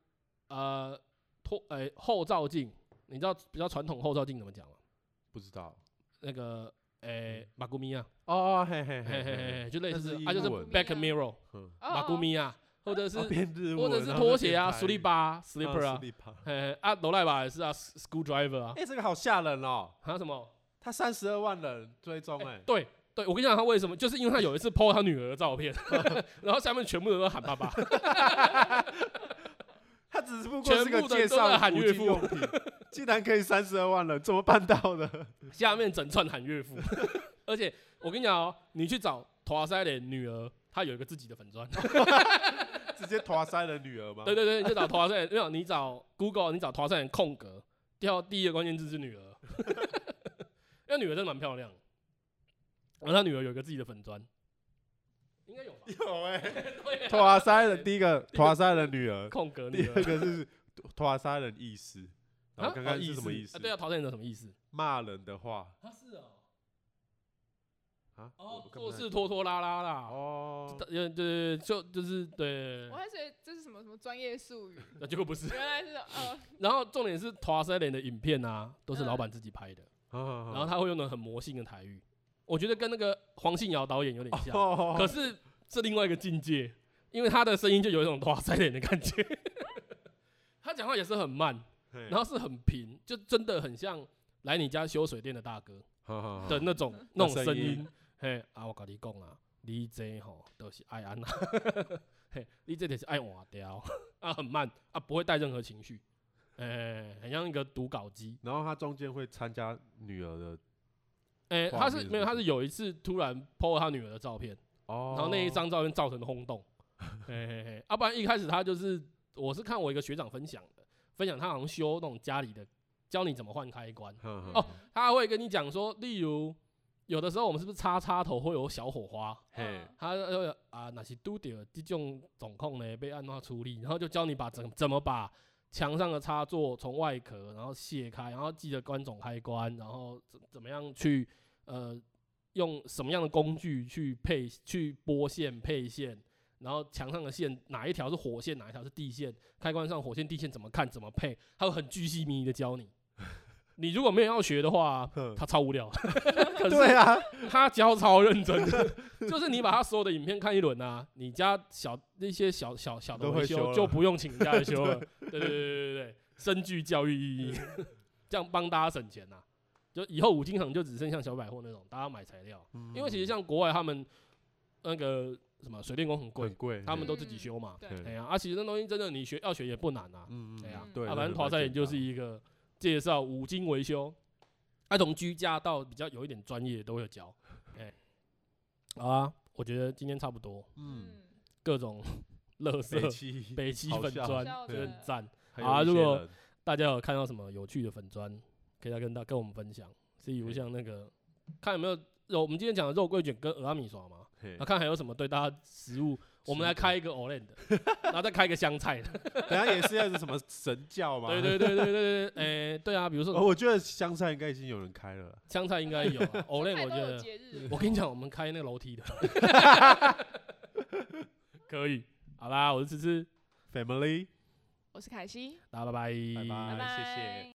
Speaker 2: 呃，脱诶、后照镜，你知道比较传统后照镜怎么讲吗？
Speaker 3: 不知道。
Speaker 2: 那个诶，马古米亚，
Speaker 3: 哦，嘿嗯嘿
Speaker 2: 嘿嘿嘿，嘿就类
Speaker 3: 那
Speaker 2: 似
Speaker 3: 是
Speaker 2: 啊，就是
Speaker 3: 英文
Speaker 2: back mirror
Speaker 3: 嗯，
Speaker 4: 哦
Speaker 2: 马古米亚，或者是
Speaker 3: 哦变日
Speaker 2: 或者
Speaker 3: 文
Speaker 2: 是
Speaker 3: 然后
Speaker 2: 拖
Speaker 3: 再
Speaker 2: 鞋啊
Speaker 3: 变台语
Speaker 2: ，slipper 啊
Speaker 3: 嗯
Speaker 2: ，slipper 啊，
Speaker 3: ，slipper
Speaker 2: 嘿啊，罗赖吧也是啊，screwdriver 啊，
Speaker 3: 哎，这个好吓人哦！
Speaker 2: 还有什么？
Speaker 3: 他三十二万人追踪，
Speaker 2: 哎
Speaker 3: 哎，
Speaker 2: 对对，我跟你讲他为什么，就是因为他有一次 PO 他女儿的照 片，然后下面全部人都喊爸爸，
Speaker 3: 他只是不过
Speaker 2: 全
Speaker 3: 是个
Speaker 2: 部的
Speaker 3: 介
Speaker 2: 都
Speaker 3: 绍
Speaker 2: 在喊
Speaker 3: 五
Speaker 2: 岳
Speaker 3: 金
Speaker 2: 父
Speaker 3: 用品， 竟然可以三十二万人，怎么办到的？
Speaker 2: 下面整串喊岳父。 而且我跟你讲哦，你去找华塞的女儿，她有一个自己的粉砖，
Speaker 3: 直接拖塞了女儿吗？
Speaker 2: 对对对，你就找华塞，没有你找 Google，你找华塞人空格，跳第一个关键字是女儿， 因为女儿真的蛮漂亮的，然后她女儿有一个自己的粉砖，应该有吧？
Speaker 3: 有 哎，
Speaker 2: 对啊
Speaker 3: 拖塞人第一个拖塞人女儿，
Speaker 2: 空格
Speaker 3: 第
Speaker 2: 女
Speaker 3: 二
Speaker 2: 儿。
Speaker 3: 个是拖塞人意思，然
Speaker 2: 啊
Speaker 3: 后刚刚
Speaker 2: 哦
Speaker 3: 是什么
Speaker 2: 啊对啊，陶赛人有什么意思？
Speaker 3: 骂人的话
Speaker 2: 他是哦，
Speaker 3: 啊，
Speaker 2: 哦
Speaker 3: 我，根
Speaker 2: 做
Speaker 3: 本
Speaker 2: 事拖拖拉拉啦，
Speaker 3: 哦，
Speaker 2: 对对对，就就是对
Speaker 4: 我，还以为这是什么什么专业术语，
Speaker 2: 那结果不是。
Speaker 4: 原来是哦，
Speaker 2: 然后重点是华塞脸的影片啊，都是老板自己拍的，
Speaker 3: 然
Speaker 2: 然后他会用的很魔性的台语，我觉得跟那个黄信尧导演有点像，
Speaker 3: 哦，
Speaker 2: 可是是另外一个境界，因为他的声音就有一种哇塞脸的感觉。 他讲话也是很慢，
Speaker 3: 然
Speaker 2: 然后是很平，就真的很像来你家修水电的大哥
Speaker 3: 后
Speaker 2: 的那种那
Speaker 3: 哦那
Speaker 2: 种声
Speaker 3: 声
Speaker 2: 音
Speaker 3: 音。
Speaker 2: 嘿，啊，我跟你讲啊，你这吼都是爱安啦， 嘿，你这就是爱换掉 啊，很慢啊，不会带任何情绪，哎、很像一个读稿机。
Speaker 3: 然后他中间会参加女儿的
Speaker 2: 哎、
Speaker 3: 画
Speaker 2: 他
Speaker 3: 面
Speaker 2: 是
Speaker 3: 是
Speaker 2: 没有，
Speaker 3: 不
Speaker 2: 他
Speaker 3: 是
Speaker 2: 是有一次突然 PO 了他女儿的照片。
Speaker 3: 哦，
Speaker 2: 然后那一张照片造成轰动。嘿嘿嘿，啊要、不然一开始他就是，我是看我一个学长分享的，分享他好像修那种家里的，教你怎么换开关，
Speaker 3: 哼哼
Speaker 2: 哦他会跟你讲说，例如有的时候我们是不是插插头会有小火花，
Speaker 3: 嘿
Speaker 2: 他呃啊哪些都得这种总控呢被按照处理，然后就教你把怎怎么把墙上的插座从外壳然后卸开，然后记得关总开关，然后怎怎么样去呃用什么样的工具去配去拨线配线，然后墙上的线哪一条是火线，哪一条是地线，开关上火线地线怎么看怎么配，他会很巨细靡遗的教你。你如果没有要学的话，
Speaker 3: 哼
Speaker 2: 他超无聊。可是
Speaker 3: 对啊，
Speaker 2: 他教超认真的，就是你把他所有的影片看一轮啊，你家小那些小小小的
Speaker 3: 都
Speaker 2: 维
Speaker 3: 会修
Speaker 2: 修
Speaker 3: 了
Speaker 2: 就不用请人家来修 了。对对对对对，深具教育意义， 这样帮大家省钱呐、啊就以后五金行就只剩像小百货那种，大家买材料，
Speaker 3: 嗯
Speaker 2: 因为其实像国外他们那个什么水电工很
Speaker 3: 嗯很
Speaker 2: 贵，
Speaker 3: 贵，
Speaker 2: 他们
Speaker 3: 嘿
Speaker 2: 都自己修嘛。
Speaker 4: 对，
Speaker 2: 哎
Speaker 3: 对
Speaker 2: 呀，啊，其实那东西真的你学要学也不难啊。
Speaker 3: 嗯嗯
Speaker 2: 哎呀
Speaker 3: 嗯对，
Speaker 2: 啊，
Speaker 3: 那
Speaker 2: 反正
Speaker 3: 个嗯
Speaker 2: 华
Speaker 3: 蛮
Speaker 2: 赛也
Speaker 3: 简
Speaker 2: 就
Speaker 3: 单
Speaker 2: 是一个介绍五金维修，啊，从居家到比较有一点专业都会有教。哎、 好啊，我觉得今天差不多，
Speaker 3: 嗯，
Speaker 2: 各种 乐色
Speaker 3: 北、七
Speaker 2: 北七
Speaker 3: 好
Speaker 2: 粉
Speaker 3: 笑
Speaker 2: 砖，
Speaker 4: 笑
Speaker 2: 觉得
Speaker 4: 的
Speaker 2: 很赞。
Speaker 3: 还 有
Speaker 2: 啊
Speaker 3: 一
Speaker 2: 如
Speaker 3: 些
Speaker 2: 果
Speaker 3: 人
Speaker 2: 大家有看到什么有趣的粉砖，可以来跟大跟我们分享。例如
Speaker 3: 嘿
Speaker 2: 像那个，看有没有肉，我们今天讲的肉桂卷跟鹅阿米耍嘛，
Speaker 3: 嘿
Speaker 2: 啊，看还有什么对大家食物，我们来
Speaker 3: 食的
Speaker 2: 开一个 o l a n 的，然后再开一个香菜的。
Speaker 3: 等下也是要是什么神教嘛？
Speaker 2: 对对对对对对，哎、对啊，比如说
Speaker 3: 哦，我觉得香菜应该已经有人开了啦，
Speaker 2: 香菜应该有、 啊，藕类我
Speaker 4: 现
Speaker 2: 觉
Speaker 4: 在都
Speaker 2: 得，
Speaker 4: 有
Speaker 2: 嗯
Speaker 4: 节日，
Speaker 2: 我跟你讲，我们开那个楼 梯的，可以，好啦，我是芝芝，
Speaker 3: ，Family。
Speaker 4: 我是凯西，
Speaker 2: 大家拜拜，
Speaker 3: 拜拜
Speaker 4: 拜
Speaker 3: 哎谢谢
Speaker 4: 拜。